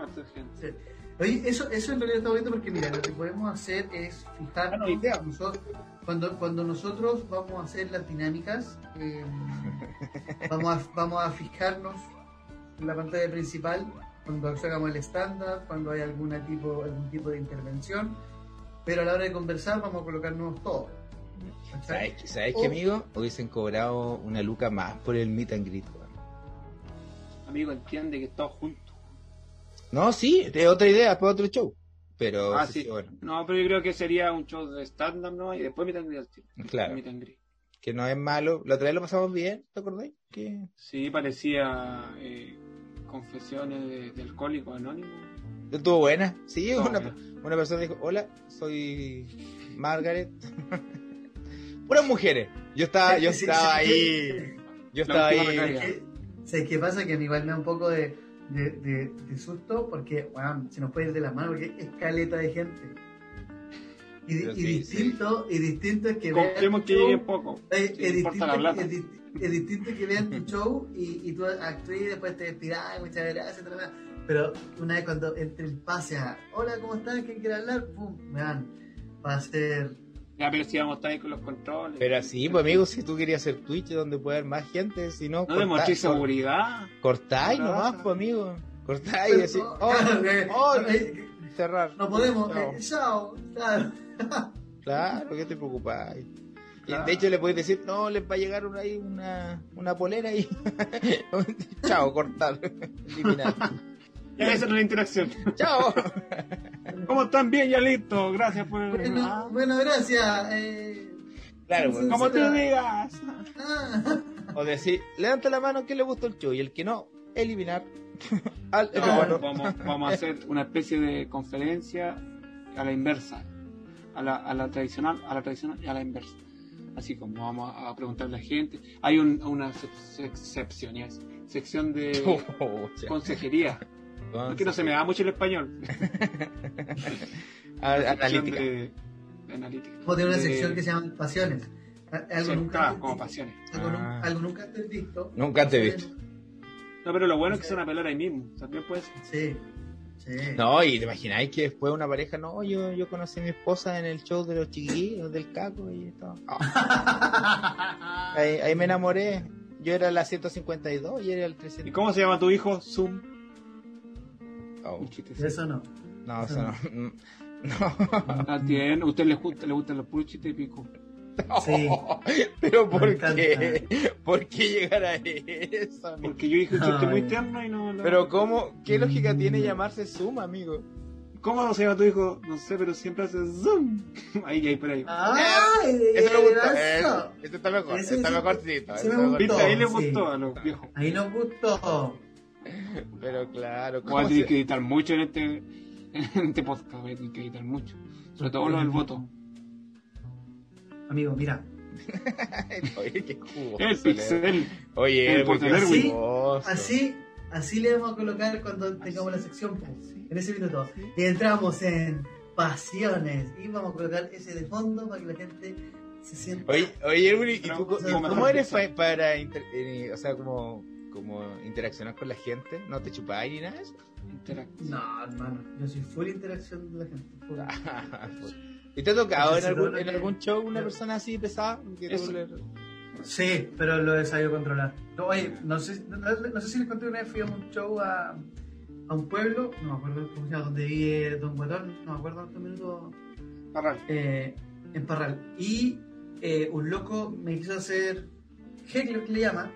Speaker 2: Harta gente.
Speaker 3: Sí. Oye, eso, eso en realidad está bonito porque mira, lo que podemos hacer es fijar
Speaker 1: Ah, no, idea.
Speaker 3: nosotros, cuando, cuando nosotros vamos a hacer las dinámicas, eh, vamos, a, vamos a fijarnos en la pantalla principal, cuando sacamos el estándar, cuando hay alguna tipo, algún tipo de intervención, pero a la hora de conversar vamos a colocarnos todos. ¿cachai?
Speaker 1: ¿Sabes, qué- sabes qué,
Speaker 3: Oh.
Speaker 1: amigo? Hubiesen cobrado una luca más por el meet and greet. weón.
Speaker 2: Amigo, entiende que estamos juntos.
Speaker 1: No, sí, es otra idea, para otro show. Pero,
Speaker 2: Ah,
Speaker 1: sí,
Speaker 2: sí.
Speaker 1: sí, bueno,
Speaker 2: No, pero yo creo que sería un show de stand-up, ¿no? Y después me tendría el tiro.
Speaker 1: claro,
Speaker 2: Me tendría.
Speaker 1: que no es malo. La otra vez lo pasamos bien, ¿te acordáis? Que...
Speaker 2: Sí, parecía eh, confesiones de, de alcohólico anónimo.
Speaker 1: Estuvo buena. Sí,
Speaker 2: Estuvo
Speaker 1: una, una persona dijo, hola, soy Margaret. Puras mujeres. Yo estaba, yo
Speaker 3: Sí, sí,
Speaker 1: estaba
Speaker 3: sí,
Speaker 1: ahí.
Speaker 3: sí.
Speaker 1: Yo estaba
Speaker 2: última
Speaker 1: ahí.
Speaker 2: recarga.
Speaker 3: ¿Sabes Eh, ¿Sabes qué pasa? Que a mí igual me da un poco de, de, de- de susto porque, weón, se nos puede ir de las manos porque es caleta de gente. Y, di-
Speaker 1: Pero
Speaker 3: y
Speaker 1: sí,
Speaker 3: distinto, y distinto es que vean
Speaker 2: Confiemos
Speaker 3: tu
Speaker 2: que
Speaker 3: show,
Speaker 2: lleguen poco.
Speaker 3: eh,
Speaker 2: sí, importa la
Speaker 3: es, distinto,
Speaker 2: plata.
Speaker 3: es di- es distinto que vean tu show y, y tú actúes y después te despidas, "Ay, muchas gracias, tal, tal". pero una vez cuando entre el pase a, hola, ¿cómo estás? ¿Quién quiere hablar? Pum, weón, va a ser...
Speaker 2: Ya, pero si vamos a estar ahí con los controles.
Speaker 1: Pero así, pues amigo, si tú querías hacer Twitch donde puede haber más gente, si no.
Speaker 2: No demostréis seguridad.
Speaker 1: Cortáis
Speaker 2: No,
Speaker 1: nomás,
Speaker 2: no.
Speaker 1: pues amigo. Cortáis y decís,
Speaker 3: No,
Speaker 1: oh,
Speaker 3: claro, que-
Speaker 1: oh,
Speaker 3: eh,
Speaker 1: cerrar.
Speaker 3: no podemos,
Speaker 1: Chao.
Speaker 3: eh, chao, claro.
Speaker 1: Claro, ¿qué te preocupáis? Y
Speaker 2: Claro.
Speaker 1: De hecho, le podéis decir, no, les va a llegar una- ahí una, una polera y. Chao, cortar. Eliminar.
Speaker 2: Ya, esa no es la interacción.
Speaker 1: Chao.
Speaker 2: ¿Cómo están? Bien, ya listo. Gracias por.
Speaker 3: Bueno,
Speaker 2: Ah,
Speaker 3: bueno, gracias. eh,
Speaker 1: Claro,
Speaker 3: Entonces,
Speaker 1: pues.
Speaker 2: Como tú
Speaker 3: será.
Speaker 2: digas.
Speaker 3: ah,
Speaker 1: O decir, levanta la mano que le gustó el show y el que no, eliminar. Al,
Speaker 2: No,
Speaker 1: pero bueno,
Speaker 2: vamos, vamos a hacer una especie de conferencia a la inversa. A la, a la tradicional, a la tradicional y a la inversa. Así como vamos a preguntarle a la gente. Hay un- una sec- sec- sección, ya es, sección de
Speaker 1: Chucha.
Speaker 2: consejería.
Speaker 1: Ah,
Speaker 2: Es que no se me da mucho el español.
Speaker 1: A-
Speaker 2: Sección
Speaker 1: analítica.
Speaker 2: De, de analítica.
Speaker 3: Vos tenés una
Speaker 2: De-
Speaker 3: sección que se llama Pasiones. A- Algo
Speaker 2: sí,
Speaker 3: nunca,
Speaker 2: claro,
Speaker 3: antes
Speaker 2: como
Speaker 3: visto.
Speaker 2: pasiones.
Speaker 3: Algo, nu-
Speaker 1: Ah.
Speaker 3: algo nunca antes visto.
Speaker 1: Nunca te he visto.
Speaker 2: No, pero lo bueno es que son a pelar ahí mismo. También puede ser.
Speaker 3: Sí, sí.
Speaker 1: No, y te imagináis que después una pareja, no, yo, yo conocí a mi esposa en el show de los chiquillos, del caco y todo. Ahí, ahí me enamoré. Yo era la 152 y era el
Speaker 2: ¿Y
Speaker 1: 300.
Speaker 2: cómo se llama tu hijo? Zoom.
Speaker 1: Oh,
Speaker 2: Un chiste.
Speaker 3: Eso no.
Speaker 1: no, eso no. No.
Speaker 2: Ah, tiene- ¿Usted le, gusta, le gustan los puros chistes pico?
Speaker 3: Sí.
Speaker 1: Pero
Speaker 3: Me
Speaker 1: ¿por
Speaker 3: encanta.
Speaker 1: qué? ¿Por qué llegar a eso, amigo?
Speaker 2: Porque yo dije un chiste
Speaker 3: Ay.
Speaker 2: muy tierno y no... no-
Speaker 1: Pero cómo, ¿qué
Speaker 3: Mm.
Speaker 1: lógica tiene llamarse Zoom, amigo?
Speaker 2: ¿Cómo se llama tu hijo? No sé, pero siempre hace Zoom. Ahí, ahí, por ahí.
Speaker 3: Ah,
Speaker 1: Eso me gustó.
Speaker 3: eso.
Speaker 1: eh, Este está mejor.
Speaker 3: Ese-
Speaker 1: está
Speaker 3: ese-
Speaker 1: mejorcito.
Speaker 3: ese
Speaker 1: está
Speaker 3: me
Speaker 1: mejor.
Speaker 2: ¿Viste?
Speaker 3: gustó.
Speaker 2: Ahí le
Speaker 3: sí.
Speaker 2: gustó a los viejos.
Speaker 3: Ahí nos gustó.
Speaker 1: Pero claro,
Speaker 2: Voy a
Speaker 1: ¿cómo
Speaker 2: tener
Speaker 1: se-
Speaker 2: que editar mucho en este, en este podcast. Voy a tener que editar mucho. Sobre todo lo del voto.
Speaker 3: Amigo, mira.
Speaker 1: Oye, qué jugoso,
Speaker 2: El pixel.
Speaker 1: Oye,
Speaker 2: el
Speaker 1: porque
Speaker 2: portal,
Speaker 1: así-
Speaker 3: güey.
Speaker 1: jugoso.
Speaker 3: Así, así le vamos a colocar cuando tengamos la sección. po, En ese minuto. Y entramos en Pasiones. Y vamos a colocar ese de fondo para que la gente se sienta.
Speaker 1: Oye, oye, Erwin, ¿y tú
Speaker 2: No,
Speaker 1: co-
Speaker 3: no,
Speaker 1: y
Speaker 3: no,
Speaker 1: cómo
Speaker 3: no.
Speaker 1: eres pa- para, inter- eh, o sea, como como interaccionar con la gente? ¿No te chupáis ni nada de eso?
Speaker 2: Interacción.
Speaker 3: No, hermano, yo soy full interacción de la gente. full.
Speaker 1: Pues, ¿Y te ha tocado en
Speaker 3: Entonces,
Speaker 1: algún,
Speaker 3: no, no,
Speaker 1: en
Speaker 3: no.
Speaker 1: algún show una persona así pesada? Que te
Speaker 2: Eso.
Speaker 1: vuelve-
Speaker 3: Sí, pero lo he sabido controlar. No, oye, no sé, no, no sé si les conté una vez, fui a un show a, a un pueblo, no me acuerdo cómo se llama, donde vive Don Guatón, no me acuerdo cuántos minutos,
Speaker 2: Parral.
Speaker 3: eh, en Parral. Y eh, un loco me quiso hacer heckler, que le llama,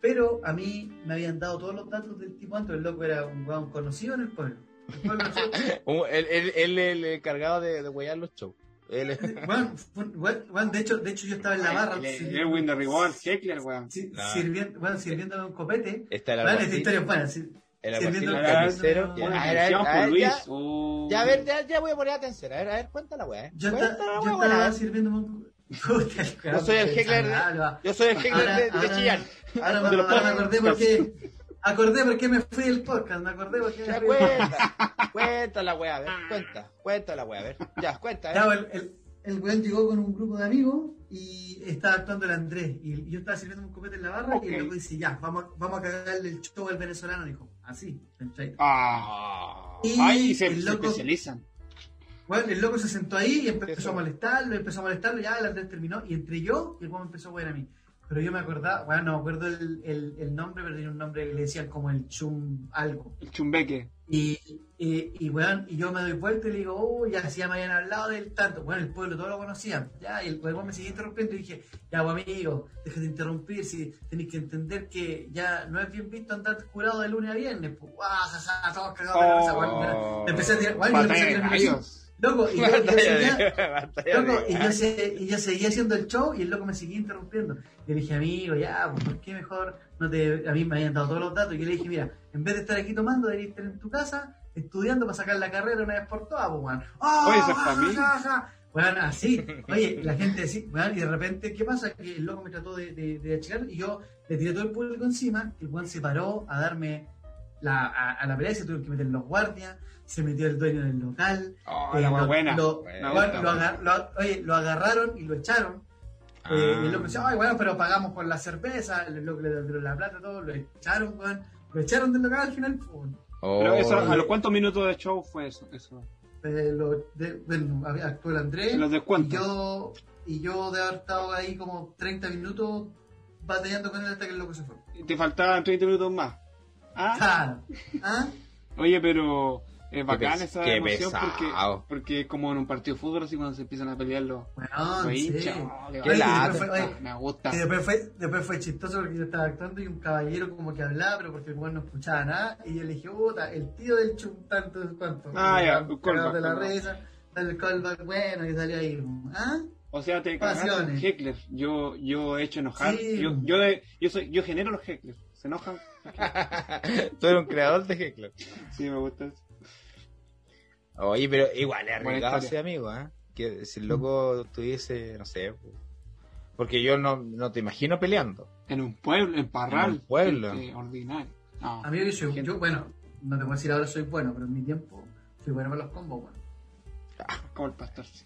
Speaker 3: pero a mí me habían dado todos los datos del tipo antes, el loco era un weón conocido en el pueblo. El pueblo
Speaker 1: Un- Él él- él es el encargado de, de huear los shows. Él es-
Speaker 3: Weón, fue un- weón, weón, de hecho, de hecho yo estaba en la barra
Speaker 2: El- el
Speaker 3: sirvi-
Speaker 2: Erwin de Rigor, Heckler, weón.
Speaker 3: si-
Speaker 1: Nah.
Speaker 3: sirviendo, weón, sirviéndome un copete.
Speaker 1: está el
Speaker 3: Weón, esta
Speaker 1: alguacil,
Speaker 3: historia es buena, sí.
Speaker 1: el alguacil,
Speaker 3: sirviendo
Speaker 1: el
Speaker 2: el-
Speaker 1: carnicero.
Speaker 3: Bueno,
Speaker 1: Ya,
Speaker 2: Una
Speaker 1: a ver, a ver,
Speaker 2: canción
Speaker 1: a
Speaker 2: con
Speaker 1: ver,
Speaker 2: Luis.
Speaker 1: ya-
Speaker 2: oh.
Speaker 1: Ya, a ver, ya, ya voy a poner atención. A ver, a ver, cuéntala, weá.
Speaker 3: Yo, esta-
Speaker 1: Cuéntala,
Speaker 3: yo
Speaker 1: weá,
Speaker 3: estaba
Speaker 1: weá.
Speaker 3: sirviéndome un Puta,
Speaker 1: Yo soy el heckler de-
Speaker 3: Ah, lo va.
Speaker 1: Yo soy el heckler
Speaker 3: Ahora-
Speaker 1: de, de
Speaker 3: ahora-
Speaker 1: Chillán.
Speaker 3: Ahora,
Speaker 2: De
Speaker 3: me,
Speaker 2: los
Speaker 3: ahora me
Speaker 2: podcasts.
Speaker 3: acordé porque acordé porque me fui del podcast, me acordé porque me
Speaker 1: Ya,
Speaker 3: fui del podcast.
Speaker 1: cuenta. Cuéntala, weá, a ver.
Speaker 2: Ah.
Speaker 1: Cuenta, cuéntala, weá, a ver. Ya, cuenta, eh. a ver.
Speaker 3: Claro, el, el, el weón llegó con un grupo de amigos y estaba actuando el Andrés. Y yo estaba sirviendo un copete en la barra y
Speaker 2: Ok.
Speaker 3: el loco dice, ya, vamos, a- vamos a cagarle el show al venezolano, dijo. Así, ¿cachai?
Speaker 2: Ah.
Speaker 1: Ah.
Speaker 3: Y
Speaker 2: Ay, se,
Speaker 3: el
Speaker 2: se
Speaker 3: loco-
Speaker 2: especializan.
Speaker 3: Bueno, el loco se sentó ahí y
Speaker 1: Eso.
Speaker 3: empezó a molestarlo, empezó a molestarlo, ya el Andrés terminó, y entre yo, y el weón empezó a huear a mí. Pero yo me acordaba, bueno, no me acuerdo el, el, el nombre, pero tenía un nombre que le decían como el chum algo.
Speaker 2: El chumbeque.
Speaker 3: Y, y, y, weón, y yo me doy vuelta y le digo, uy, ya, si ya me habían hablado del tanto. Bueno, el pueblo todo lo conocía. Ya, y el weón me seguía interrumpiendo y dije, ya, pues, amigo, deja de interrumpir, si tenéis que entender que ya no es bien visto andar curado de lunes a viernes. Pues, guau, jaja, todos cagados de
Speaker 2: Oh.
Speaker 3: la cabeza, weón. Me empecé a tirar, weón, y le empecé a
Speaker 2: Batalla de
Speaker 3: tirar mierda.
Speaker 2: gallos.
Speaker 3: Loco, y yo, yo
Speaker 1: Batalla
Speaker 3: seguía-
Speaker 1: de- batalla de-
Speaker 3: Loco, y, yo se- y yo seguía haciendo el show y el loco me seguía interrumpiendo. Yo le dije, amigo, ya, pues, ¿por qué mejor no te.? A mí me habían dado todos los datos. Y yo le dije, mira, en vez de estar aquí tomando, deberías estar en tu casa estudiando para sacar la carrera una vez por todas, pues, weón. ¡Ah,
Speaker 2: Oye, eso es
Speaker 3: ja,
Speaker 2: pa'
Speaker 3: ja,
Speaker 2: mí.
Speaker 3: ja, ja! Weón, así. Oye, la gente así, weón, y de repente, ¿qué pasa? Que el loco me trató de, de, de achicar y yo le tiré todo el público encima. El weón se paró a darme la, a, a la pelea, se tuvo que meter los guardias, se metió el dueño del local.
Speaker 2: Oh,
Speaker 3: Eh,
Speaker 2: la
Speaker 3: lo-
Speaker 2: más buena.
Speaker 3: lo-
Speaker 1: Buena,
Speaker 3: bueno,
Speaker 2: buena,
Speaker 3: lo
Speaker 2: buena.
Speaker 3: agar- lo- oye, lo agarraron y lo echaron. Eh,
Speaker 2: Ah.
Speaker 3: y el loco decía, ay, bueno, pero pagamos por la cerveza, el loco le devolvieron la plata, todo, lo echaron, weón. Lo echaron del local al final, pum.
Speaker 2: Pero eso,
Speaker 1: Oh.
Speaker 2: ¿a los cuántos minutos de show fue eso? eso?
Speaker 3: Eh, lo- de- bueno, había- actuó el Andrés.
Speaker 2: ¿En los
Speaker 3: Y
Speaker 2: descuentos?
Speaker 3: yo, y yo de haber estado ahí como 30 minutos batallando con él hasta que el loco se fue.
Speaker 2: Te faltaban 30 minutos más. Ah,
Speaker 3: Ah, ah,
Speaker 2: oye, pero es bacán
Speaker 1: pes-
Speaker 2: esa
Speaker 1: qué
Speaker 2: emoción
Speaker 1: pesado.
Speaker 2: porque, porque es como en un partido de fútbol, así cuando se empiezan a pelear los,
Speaker 3: weón,
Speaker 2: los
Speaker 3: sí.
Speaker 2: hinchas. Oh, qué
Speaker 3: Oye,
Speaker 1: Qué
Speaker 2: bacán.
Speaker 3: y
Speaker 1: lata.
Speaker 3: después fue- oye,
Speaker 2: Me gusta.
Speaker 3: Y después fue, después fue chistoso porque yo estaba actuando y un caballero como que hablaba, pero porque el weón no escuchaba nada. Y yo le dije, puta, el tío del chum tanto es cuánto.
Speaker 2: Ah,
Speaker 3: Y
Speaker 2: ya,
Speaker 3: me
Speaker 2: un
Speaker 3: cagaba
Speaker 2: callback,
Speaker 3: de la
Speaker 2: callback.
Speaker 3: risa, el callback bueno y salió ahí. ¿Ah?
Speaker 2: O sea, te cagaste
Speaker 3: Pasiones.
Speaker 2: heckler. Yo, yo he hecho enojar.
Speaker 3: Sí.
Speaker 2: Yo, yo, yo, soy, yo genero los hecklers. ¿Se enojan?
Speaker 1: Tú eres un creador de heckler.
Speaker 2: Sí, me gusta eso.
Speaker 1: Oye, pero igual es
Speaker 2: Buena
Speaker 1: arriesgado
Speaker 2: historia. Mm.
Speaker 1: ese amigo, ¿ah? Que si el loco tuviese, no sé, pu- porque yo no, no te imagino peleando.
Speaker 2: En un pueblo, en Parral.
Speaker 1: En un pueblo.
Speaker 2: gente ordinario. No.
Speaker 3: Amigo, yo,
Speaker 2: Gente.
Speaker 3: yo, bueno, no te puedo decir ahora soy bueno, pero en mi tiempo fui bueno para los combos, weón.
Speaker 2: Como el pastor. sí.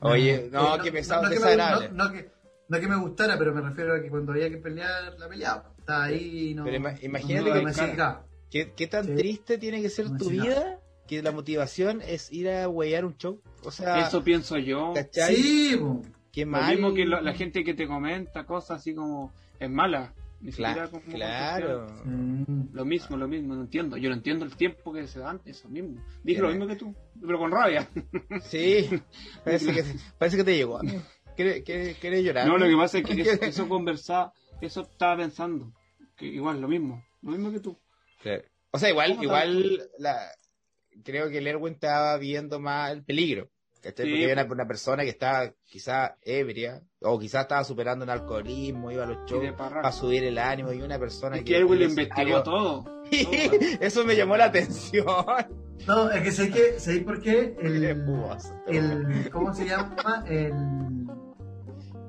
Speaker 1: Oye, no,
Speaker 3: Eh,
Speaker 1: que pesado,
Speaker 3: que me-
Speaker 1: desagradable.
Speaker 3: no- no que- no que me gustara, pero me refiero a que cuando había que pelear, la peleaba. Estaba ahí y no.
Speaker 1: Pero ima-
Speaker 3: no-
Speaker 1: imagínate
Speaker 3: no
Speaker 1: que-
Speaker 3: me acercaba.
Speaker 1: ¿Qué, qué tan
Speaker 3: Sí.
Speaker 1: triste tiene que ser
Speaker 3: No
Speaker 1: tu
Speaker 3: sé
Speaker 1: vida que la motivación es ir a huear un show? O sea,
Speaker 2: Eso pienso yo.
Speaker 1: ¿cachai?
Speaker 3: Sí, po.
Speaker 1: Qué
Speaker 2: Lo
Speaker 1: mal.
Speaker 2: mismo que lo- la gente que te comenta cosas así como es mala. Ni
Speaker 1: Cla-
Speaker 2: siquiera como
Speaker 1: claro.
Speaker 3: Mm.
Speaker 2: Lo mismo, lo mismo, no entiendo. Yo no entiendo el tiempo que se dan, eso mismo. Dije
Speaker 1: Bien.
Speaker 2: lo mismo que tú, pero con rabia.
Speaker 1: Sí, parece que, parece que te llegó. amigo. ¿Quieres quiere, quiere llorar?
Speaker 2: No, lo que pasa es que eso, eso conversaba, eso estaba pensando. Que igual, lo mismo, lo mismo que tú.
Speaker 1: Claro. O sea, igual,
Speaker 2: ¿Cómo
Speaker 1: igual la, creo que el Erwin estaba viendo más el peligro. ¿cachai?
Speaker 2: Sí. pues.
Speaker 1: Porque era una, una persona que estaba quizá ebria, o quizá estaba superando un alcoholismo, iba a los
Speaker 2: Y de
Speaker 1: shows
Speaker 2: parrar.
Speaker 1: para subir el ánimo, y una persona
Speaker 2: Es que Erwin lo
Speaker 1: el
Speaker 2: investigó
Speaker 1: escenario-
Speaker 2: todo.
Speaker 1: Eso me llamó la atención.
Speaker 3: No, es que sé que, sé por qué
Speaker 1: Qué
Speaker 3: el,
Speaker 1: buboso.
Speaker 3: el ¿cómo se llama? El,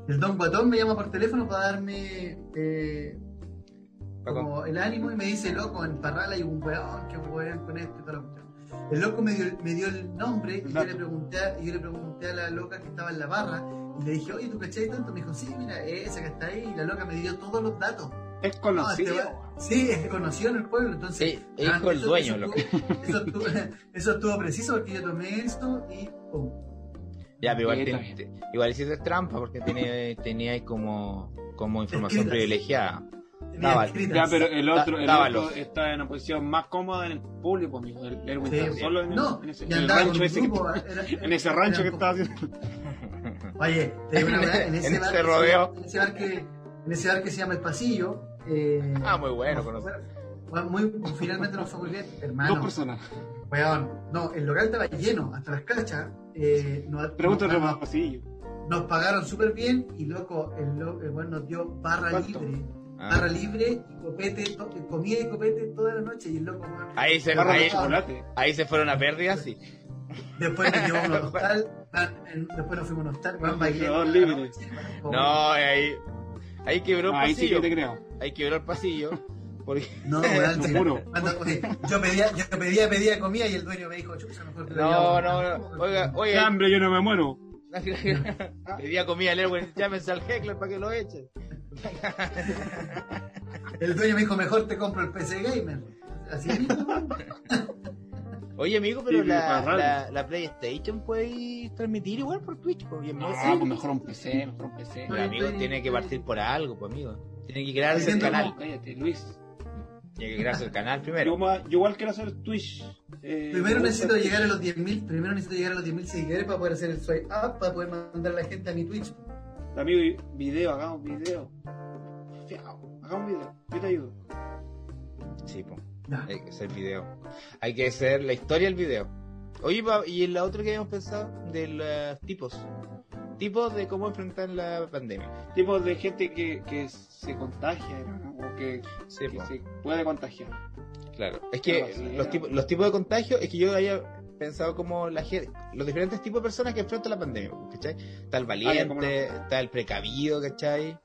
Speaker 3: el Don Guatón me llama por teléfono para darme eh, como el ánimo y me dice, loco, en Parral hay un weón que weón con esto y toda la cuestión. El loco me dio, me dio el nombre y yo, le pregunté, a- y yo le pregunté a la loca que estaba en la barra y le dije, oye, ¿tú cachai tanto? Me dijo, sí, mira, esa que está ahí. Y la loca me dio todos los datos.
Speaker 2: Es
Speaker 3: No, este
Speaker 2: conocido.
Speaker 3: va- sí, es conocido en el pueblo, entonces.
Speaker 1: Sí, es hijo del
Speaker 3: Ah, eso-
Speaker 1: dueño,
Speaker 3: Eso,
Speaker 1: loco.
Speaker 3: estuvo, eso, estuvo, eso estuvo preciso porque yo tomé esto y pum.
Speaker 1: Ya, pero igual,
Speaker 2: Sí,
Speaker 1: ten- te- igual hiciste trampa porque tenía, tenía ahí como, como información
Speaker 3: Escritas.
Speaker 1: privilegiada.
Speaker 3: Tenía
Speaker 1: Ah, vale.
Speaker 3: escritas.
Speaker 2: ya, pero el otro, el
Speaker 1: Dávalos.
Speaker 2: otro está en una posición más cómoda en el público, amigo. El, el Winter
Speaker 3: Sí.
Speaker 2: solo en,
Speaker 3: No,
Speaker 2: en ese,
Speaker 3: y
Speaker 2: en el
Speaker 3: andaba con
Speaker 2: rancho
Speaker 3: un
Speaker 2: ese que,
Speaker 3: grupo. eh, era-
Speaker 2: en ese rancho que
Speaker 3: eran
Speaker 2: estaba haciendo.
Speaker 3: Oye, te digo una verdad, en ese,
Speaker 1: En
Speaker 3: bar,
Speaker 1: ese
Speaker 3: que se-
Speaker 1: rodeo.
Speaker 3: En ese, bar que, en ese bar que se llama El Pasillo. eh,
Speaker 1: Ah, muy bueno,
Speaker 3: nos
Speaker 1: conocer.
Speaker 3: fue- muy, pues, finalmente Ah, no fue muy bien,
Speaker 2: Dos
Speaker 3: hermano.
Speaker 2: personas.
Speaker 3: Weón, no, el local estaba lleno, hasta las cachas. Eh, nos,
Speaker 2: Pregúntale
Speaker 3: nos-
Speaker 2: más pasillo.
Speaker 3: nos pagaron súper bien y loco, el, lo- el weón nos dio barra
Speaker 2: ¿Cuánto?
Speaker 3: libre. Barra
Speaker 1: Ah.
Speaker 3: libre y copete, to- comida y copete toda la noche. Y el loco, weón,
Speaker 1: Ahí se,
Speaker 2: Barra de
Speaker 1: ahí,
Speaker 2: chocolate.
Speaker 1: ahí se fueron a pérdidas, sí.
Speaker 3: después nos llevó a un hostal. ah, en- Después nos fuimos a un hostal, weón, bailé.
Speaker 2: Barra
Speaker 3: toda la
Speaker 2: libre.
Speaker 3: noche, weón,
Speaker 1: No, ahí, ahí quebró el
Speaker 2: Ahí sí que
Speaker 1: pasillo.
Speaker 2: te creo.
Speaker 1: Ahí quebró el pasillo. Porque
Speaker 3: No, weón,
Speaker 2: Lo
Speaker 3: sí.
Speaker 2: juro.
Speaker 3: Cuando- oye, yo pedía, yo pedía, pedía comida y el dueño me dijo, chucha, mejor te lo
Speaker 1: No,
Speaker 3: llevamos".
Speaker 1: no, no. Oiga,
Speaker 2: De
Speaker 1: oiga.
Speaker 2: hambre yo no me muero.
Speaker 1: Pedía comida al Erwin, llámense al Heckler para que lo eche.
Speaker 3: El dueño me dijo, mejor te compro el PC Gamer. Así mismo.
Speaker 1: Oye, amigo, pero
Speaker 2: Sí,
Speaker 1: la,
Speaker 2: para radio.
Speaker 1: la, la PlayStation puede transmitir igual por Twitch. po, y en modo-
Speaker 2: Ah, pues mejor un PC, mejor un PC.
Speaker 1: Pero amigo, tiene que partir por algo, pues amigo. Tiene que crearse el
Speaker 3: Haciendo
Speaker 1: canal.
Speaker 2: Cállate, Luis.
Speaker 1: Tiene que crearse el canal
Speaker 2: Yo,
Speaker 1: primero.
Speaker 2: ma- yo igual quiero hacer Twitch. Eh,
Speaker 3: Primero
Speaker 2: me gusta
Speaker 3: necesito
Speaker 2: Twitch.
Speaker 3: llegar a los 10.000, primero necesito llegar a los 10.000 seguidores para poder hacer el swipe up, para poder mandar a la gente a mi Twitch.
Speaker 2: Amigo, video, hagamos video. Fiao, Hagamos video. Yo te ayudo.
Speaker 1: Sí, po.
Speaker 3: Ya.
Speaker 1: Hay que hacer video. Hay que hacer la historia del video. Oye, pa- y la otra que habíamos pensado de los tipos. Tipos de cómo enfrentar la pandemia.
Speaker 2: Tipo de gente que, que se contagia, ¿no? O que,
Speaker 1: Sí,
Speaker 2: que
Speaker 1: po.
Speaker 2: se puede contagiar.
Speaker 1: Claro, es
Speaker 2: Algo
Speaker 1: que
Speaker 2: así,
Speaker 1: los,
Speaker 2: era.
Speaker 1: tipos, los tipos de contagio es que yo había pensado como la gente, los diferentes tipos de personas que enfrentan la pandemia, ¿cachai? Está el
Speaker 2: Ah, ya, cómo no.
Speaker 1: valiente, está el precavido, ¿cachai?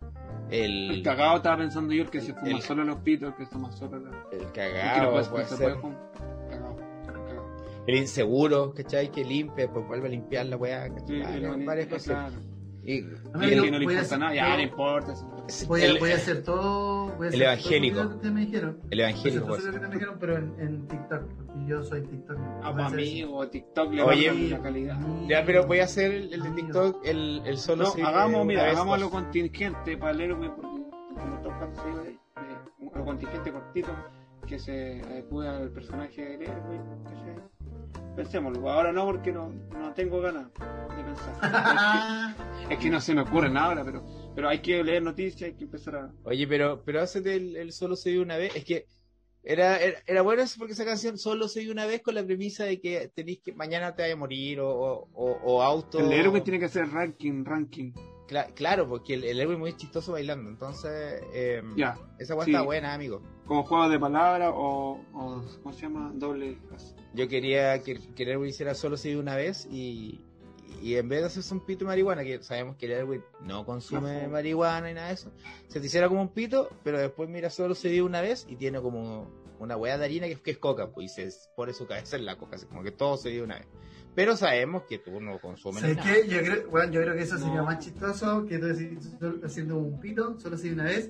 Speaker 2: El
Speaker 1: El,
Speaker 2: cagado estaba pensando yo el que se fuma
Speaker 1: El-
Speaker 2: solo los pitos, el que se toma solo los.
Speaker 1: el
Speaker 2: el que no
Speaker 1: cagado,
Speaker 2: puede,
Speaker 1: puede
Speaker 2: no se
Speaker 1: ser,
Speaker 2: puede fumar. Cagado. cagado.
Speaker 1: el inseguro, ¿cachai? Que limpia, después vuelve a limpiar la weá,
Speaker 2: Sí,
Speaker 1: ¿cachai?
Speaker 2: el
Speaker 1: Varias-
Speaker 2: bonito,
Speaker 1: varias cosas.
Speaker 2: claro.
Speaker 1: Y,
Speaker 3: A
Speaker 2: Y
Speaker 3: mí
Speaker 1: y
Speaker 2: el
Speaker 3: yo
Speaker 2: que no le
Speaker 3: voy a
Speaker 2: importa
Speaker 3: hacer
Speaker 2: nada, ya
Speaker 3: todo-
Speaker 2: no importa. sí.
Speaker 3: Voy a,
Speaker 1: el- eh,
Speaker 3: voy a hacer todo. Voy a
Speaker 1: el
Speaker 3: hacer todo
Speaker 1: evangélico.
Speaker 3: lo que ustedes me dijeron.
Speaker 1: el evangélico.
Speaker 3: Eso
Speaker 1: pues.
Speaker 3: es lo que ustedes me dijeron, pero en, en TikTok, porque yo soy TikTok.
Speaker 2: Ah, pues, amigo, TikTok le
Speaker 1: Oye,
Speaker 2: va a dar la calidad.
Speaker 1: Ya, pero voy a hacer el, el de TikTok, el, el solo.
Speaker 2: No,
Speaker 1: sí, eh,
Speaker 2: hagamos,
Speaker 1: una
Speaker 2: mira,
Speaker 1: vez,
Speaker 2: hagámoslo
Speaker 1: dos.
Speaker 2: contingente para leer, güey, porque como toca sí, güey, eh, lo contingente cortito que se adecue al personaje de leer, güey, ¿cachai? Pensémoslo, güey. ahora no porque no, no tengo ganas de pensar.
Speaker 3: Ah,
Speaker 2: es, que, es que no se me ocurre nada ahora, pero, pero hay que leer noticias, hay que empezar a.
Speaker 1: Oye, pero, pero hacete el, el solo se vive una vez. Es que era, era, era bueno eso porque esa canción solo se vive una vez con la premisa de que tenés que mañana te vas a morir o, o, o- o auto.
Speaker 2: El héroe tiene que hacer ranking, ranking.
Speaker 1: Cla- claro, porque el, el héroe es muy chistoso bailando. Entonces, eh,
Speaker 2: Ya,
Speaker 1: esa guay
Speaker 2: sí.
Speaker 1: está buena, amigo.
Speaker 2: como juego de palabras o, o. ¿Cómo se llama? Doble.
Speaker 1: Yo quería que, que el héroe hiciera solo se vive una vez y, y en vez de hacerse un pito de marihuana, que sabemos que el héroe no consume
Speaker 2: Ajá.
Speaker 1: marihuana y nada de eso, se te hiciera como un pito, pero después mira solo se vive una vez y tiene como una hueá de harina que, es- que es coca, pues y se pone su cabeza en la coca, así como que todo se vive una vez. Pero sabemos que tú no consumes
Speaker 3: ¿Sabes
Speaker 1: nada.
Speaker 3: qué? Yo creo, bueno, yo creo que eso sería
Speaker 2: No.
Speaker 3: más chistoso que tú decir, solo- haciendo un pito, solo así una vez,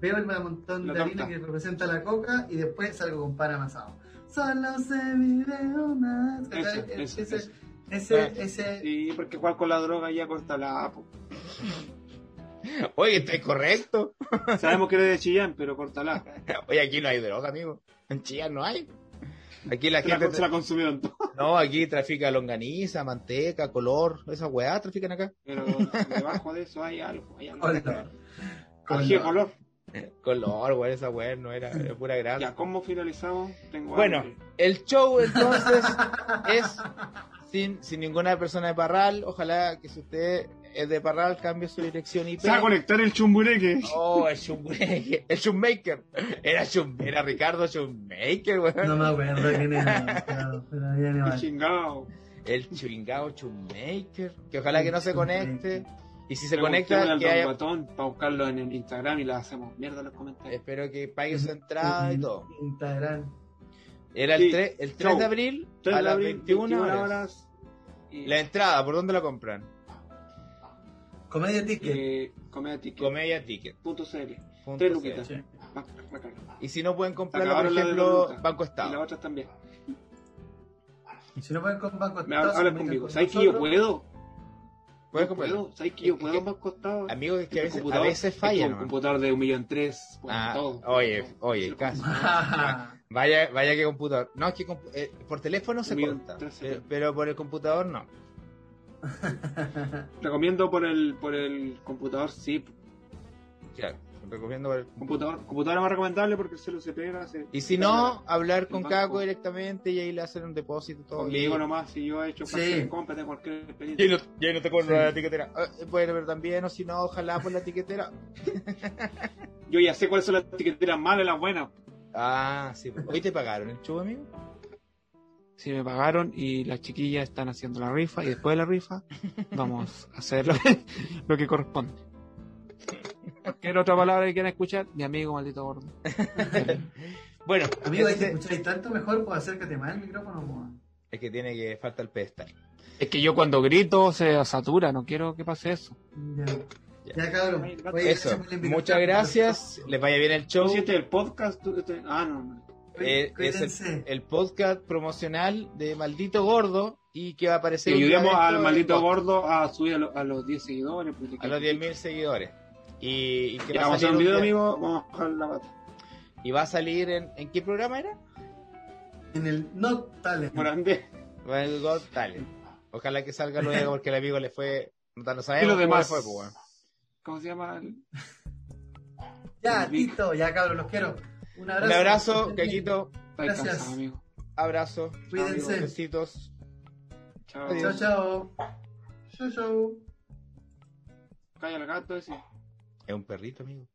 Speaker 3: veo el montón
Speaker 2: La
Speaker 3: de harina
Speaker 2: torta.
Speaker 3: que representa la coca y después salgo con pan amasado. Solo se vive una vez.
Speaker 2: Eso,
Speaker 3: ¿Cachai? E-,
Speaker 2: eso,
Speaker 3: ese,
Speaker 2: eso. Ah,
Speaker 1: Bueno.
Speaker 3: ese, ese,
Speaker 2: Sí, porque jugar con la droga ya corta la. po.
Speaker 1: Oye, está correcto.
Speaker 2: Sabemos que eres de Chillán, pero cortala.
Speaker 1: Oye, aquí no hay droga, amigo. En Chile no hay. Aquí la
Speaker 2: Se la,
Speaker 1: gente...
Speaker 2: se la consumieron todos.
Speaker 1: No, aquí trafica longaniza, manteca, color, esa hueá trafican acá.
Speaker 2: Pero debajo de eso hay algo. Hay algo.
Speaker 3: Color.
Speaker 2: Ají de color.
Speaker 1: Color, weón, esa weá no era, era pura grasa.
Speaker 2: Ya, ¿cómo finalizamos? Tengo
Speaker 1: Bueno,
Speaker 2: hambre.
Speaker 1: el show entonces es sin, sin ninguna persona de Parral. Ojalá que si usted es de Parral cambie su dirección IP.
Speaker 2: Se va a conectar el chumbureque.
Speaker 1: Oh, el Shumaker. El Shoemaker. Era, Shum- era Ricardo Shoemaker, weón.
Speaker 3: No me acuerdo quién era, claro, pero bien
Speaker 2: Qué
Speaker 3: igual.
Speaker 2: chingado.
Speaker 1: El chingado Shoemaker. Que ojalá que no
Speaker 3: Este,
Speaker 1: se conecte. Y si se
Speaker 2: Preguntémosle
Speaker 1: conecta,
Speaker 2: al
Speaker 1: que
Speaker 2: Don
Speaker 1: haya-
Speaker 2: Guatón para buscarlo en el Instagram y le hacemos mierda en los comentarios.
Speaker 1: espero que pague su entrada y todo.
Speaker 3: este Instagram.
Speaker 1: Era el,
Speaker 2: Sí,
Speaker 1: tre- el 3
Speaker 2: show.
Speaker 1: de abril
Speaker 2: 3
Speaker 1: a
Speaker 2: de
Speaker 1: las
Speaker 2: abril,
Speaker 1: 21, horas.
Speaker 2: Y,
Speaker 1: La entrada, ¿por dónde la compran?
Speaker 3: Comedia Ticket.
Speaker 2: eh, comedia ticket.
Speaker 1: Comedia Ticket.
Speaker 2: Punto CL.
Speaker 1: Punto C.
Speaker 2: Tres luquitas.
Speaker 3: Sí.
Speaker 2: recargada.
Speaker 1: Y si no pueden comprarlo, por
Speaker 2: Acabaron la de
Speaker 1: ejemplo,
Speaker 2: Luca.
Speaker 1: Banco
Speaker 2: Y las
Speaker 1: Estado.
Speaker 2: otras también.
Speaker 3: Si no pueden con banco,
Speaker 2: Me
Speaker 3: Estado,
Speaker 2: hab-
Speaker 3: se
Speaker 2: hablan
Speaker 3: meten
Speaker 2: conmigo.
Speaker 3: con
Speaker 2: ¿Sabes que yo
Speaker 3: nosotros.
Speaker 2: puedo?
Speaker 1: Pueden
Speaker 2: Yo
Speaker 1: comprarlo.
Speaker 2: puedo. ¿Sabes que yo
Speaker 1: Es
Speaker 2: puedo
Speaker 1: que-
Speaker 2: más costado?
Speaker 1: Amigos, es que a
Speaker 2: El
Speaker 1: veces, a
Speaker 2: computador-
Speaker 1: veces
Speaker 2: el
Speaker 1: falla,
Speaker 2: com-
Speaker 1: nomás.
Speaker 2: computador de un millón tres. bueno,
Speaker 1: Ah,
Speaker 2: todo,
Speaker 1: oye,
Speaker 2: todo.
Speaker 1: oye,
Speaker 2: Sí,
Speaker 1: casi. Vaya, vaya que computador. No, es que compu- eh, por teléfono se
Speaker 2: Amigo,
Speaker 1: corta,
Speaker 2: tres
Speaker 1: pero,
Speaker 2: segundos.
Speaker 1: pero por el computador no.
Speaker 2: Recomiendo por el, por el computador, sí.
Speaker 1: Claro, recomiendo por el-
Speaker 2: Computador, computador es más recomendable porque el celular se pega. Se,
Speaker 1: Y si no, hablar
Speaker 2: El
Speaker 1: con
Speaker 2: banco.
Speaker 1: Caco directamente y ahí le hacen un depósito y todo.
Speaker 2: conmigo nomás, si yo he hecho
Speaker 3: Sí.
Speaker 2: parte de compra de cualquier experiencia.
Speaker 1: Y ahí no, y ahí no te cobran
Speaker 3: Sí.
Speaker 1: la tiquetera. Ah, bueno, pero también, o si no, ojalá por la tiquetera.
Speaker 2: Yo ya sé cuáles son las etiqueteras malas y las buenas.
Speaker 1: Ah, sí. pues. Hoy te pagaron el chubo, amigo.
Speaker 2: Si me pagaron y las chiquillas están haciendo la rifa y después de la rifa vamos a hacer lo que, lo que corresponde. Cualquier otra palabra que quieran escuchar, mi amigo maldito gordo.
Speaker 1: Bueno,
Speaker 3: Amigo, ahí te
Speaker 1: este-
Speaker 3: escucháis tanto mejor, pues acércate más al micrófono. pues.
Speaker 1: es que tiene que falta el pedestal.
Speaker 2: Es que yo cuando grito se satura, no quiero que pase eso.
Speaker 3: Ya, ya cabrón. Oye, gracias
Speaker 1: Eso,
Speaker 3: por la invitación.
Speaker 1: muchas gracias. Les vaya bien el show.
Speaker 2: el podcast? tú- este- ah, no, no.
Speaker 3: Oye,
Speaker 1: Eh, es
Speaker 3: cuídense.
Speaker 1: el podcast promocional de Maldito Gordo y que va a aparecer.
Speaker 2: Que
Speaker 1: un día
Speaker 2: ayudemos
Speaker 1: de
Speaker 2: al
Speaker 1: esto
Speaker 2: maldito
Speaker 1: en-
Speaker 2: gordo a subir a, lo- a los 10 seguidores. porque-
Speaker 1: A los 10.000 seguidores. Y, y que
Speaker 2: Ya,
Speaker 1: va
Speaker 2: vamos a
Speaker 1: a salir
Speaker 2: hacer un
Speaker 1: un
Speaker 2: video,
Speaker 1: día-
Speaker 2: amigo. Vamos a bajar la pata.
Speaker 1: y va a salir en. ¿En qué programa era?
Speaker 3: En el No Talent.
Speaker 2: Por ande.
Speaker 1: Well, Got Talent. Ojalá que salga luego porque el amigo le fue. No, no
Speaker 2: Y
Speaker 1: sabemos
Speaker 2: los
Speaker 1: cómo le
Speaker 2: demás.
Speaker 1: fue, pues, weón.
Speaker 2: ¿Cómo se llama?
Speaker 3: ya, listo, ya cabrón, los quiero. Un abrazo.
Speaker 1: Un abrazo, Caquito.
Speaker 2: Estoy
Speaker 3: Gracias.
Speaker 2: cansado, amigo.
Speaker 1: Abrazo.
Speaker 3: Cuídense.
Speaker 1: Besitos.
Speaker 2: Chao.
Speaker 1: Adiós.
Speaker 3: Chao, chao. Chao, chao.
Speaker 2: Calla el gato ese.
Speaker 1: Es un perrito, amigo.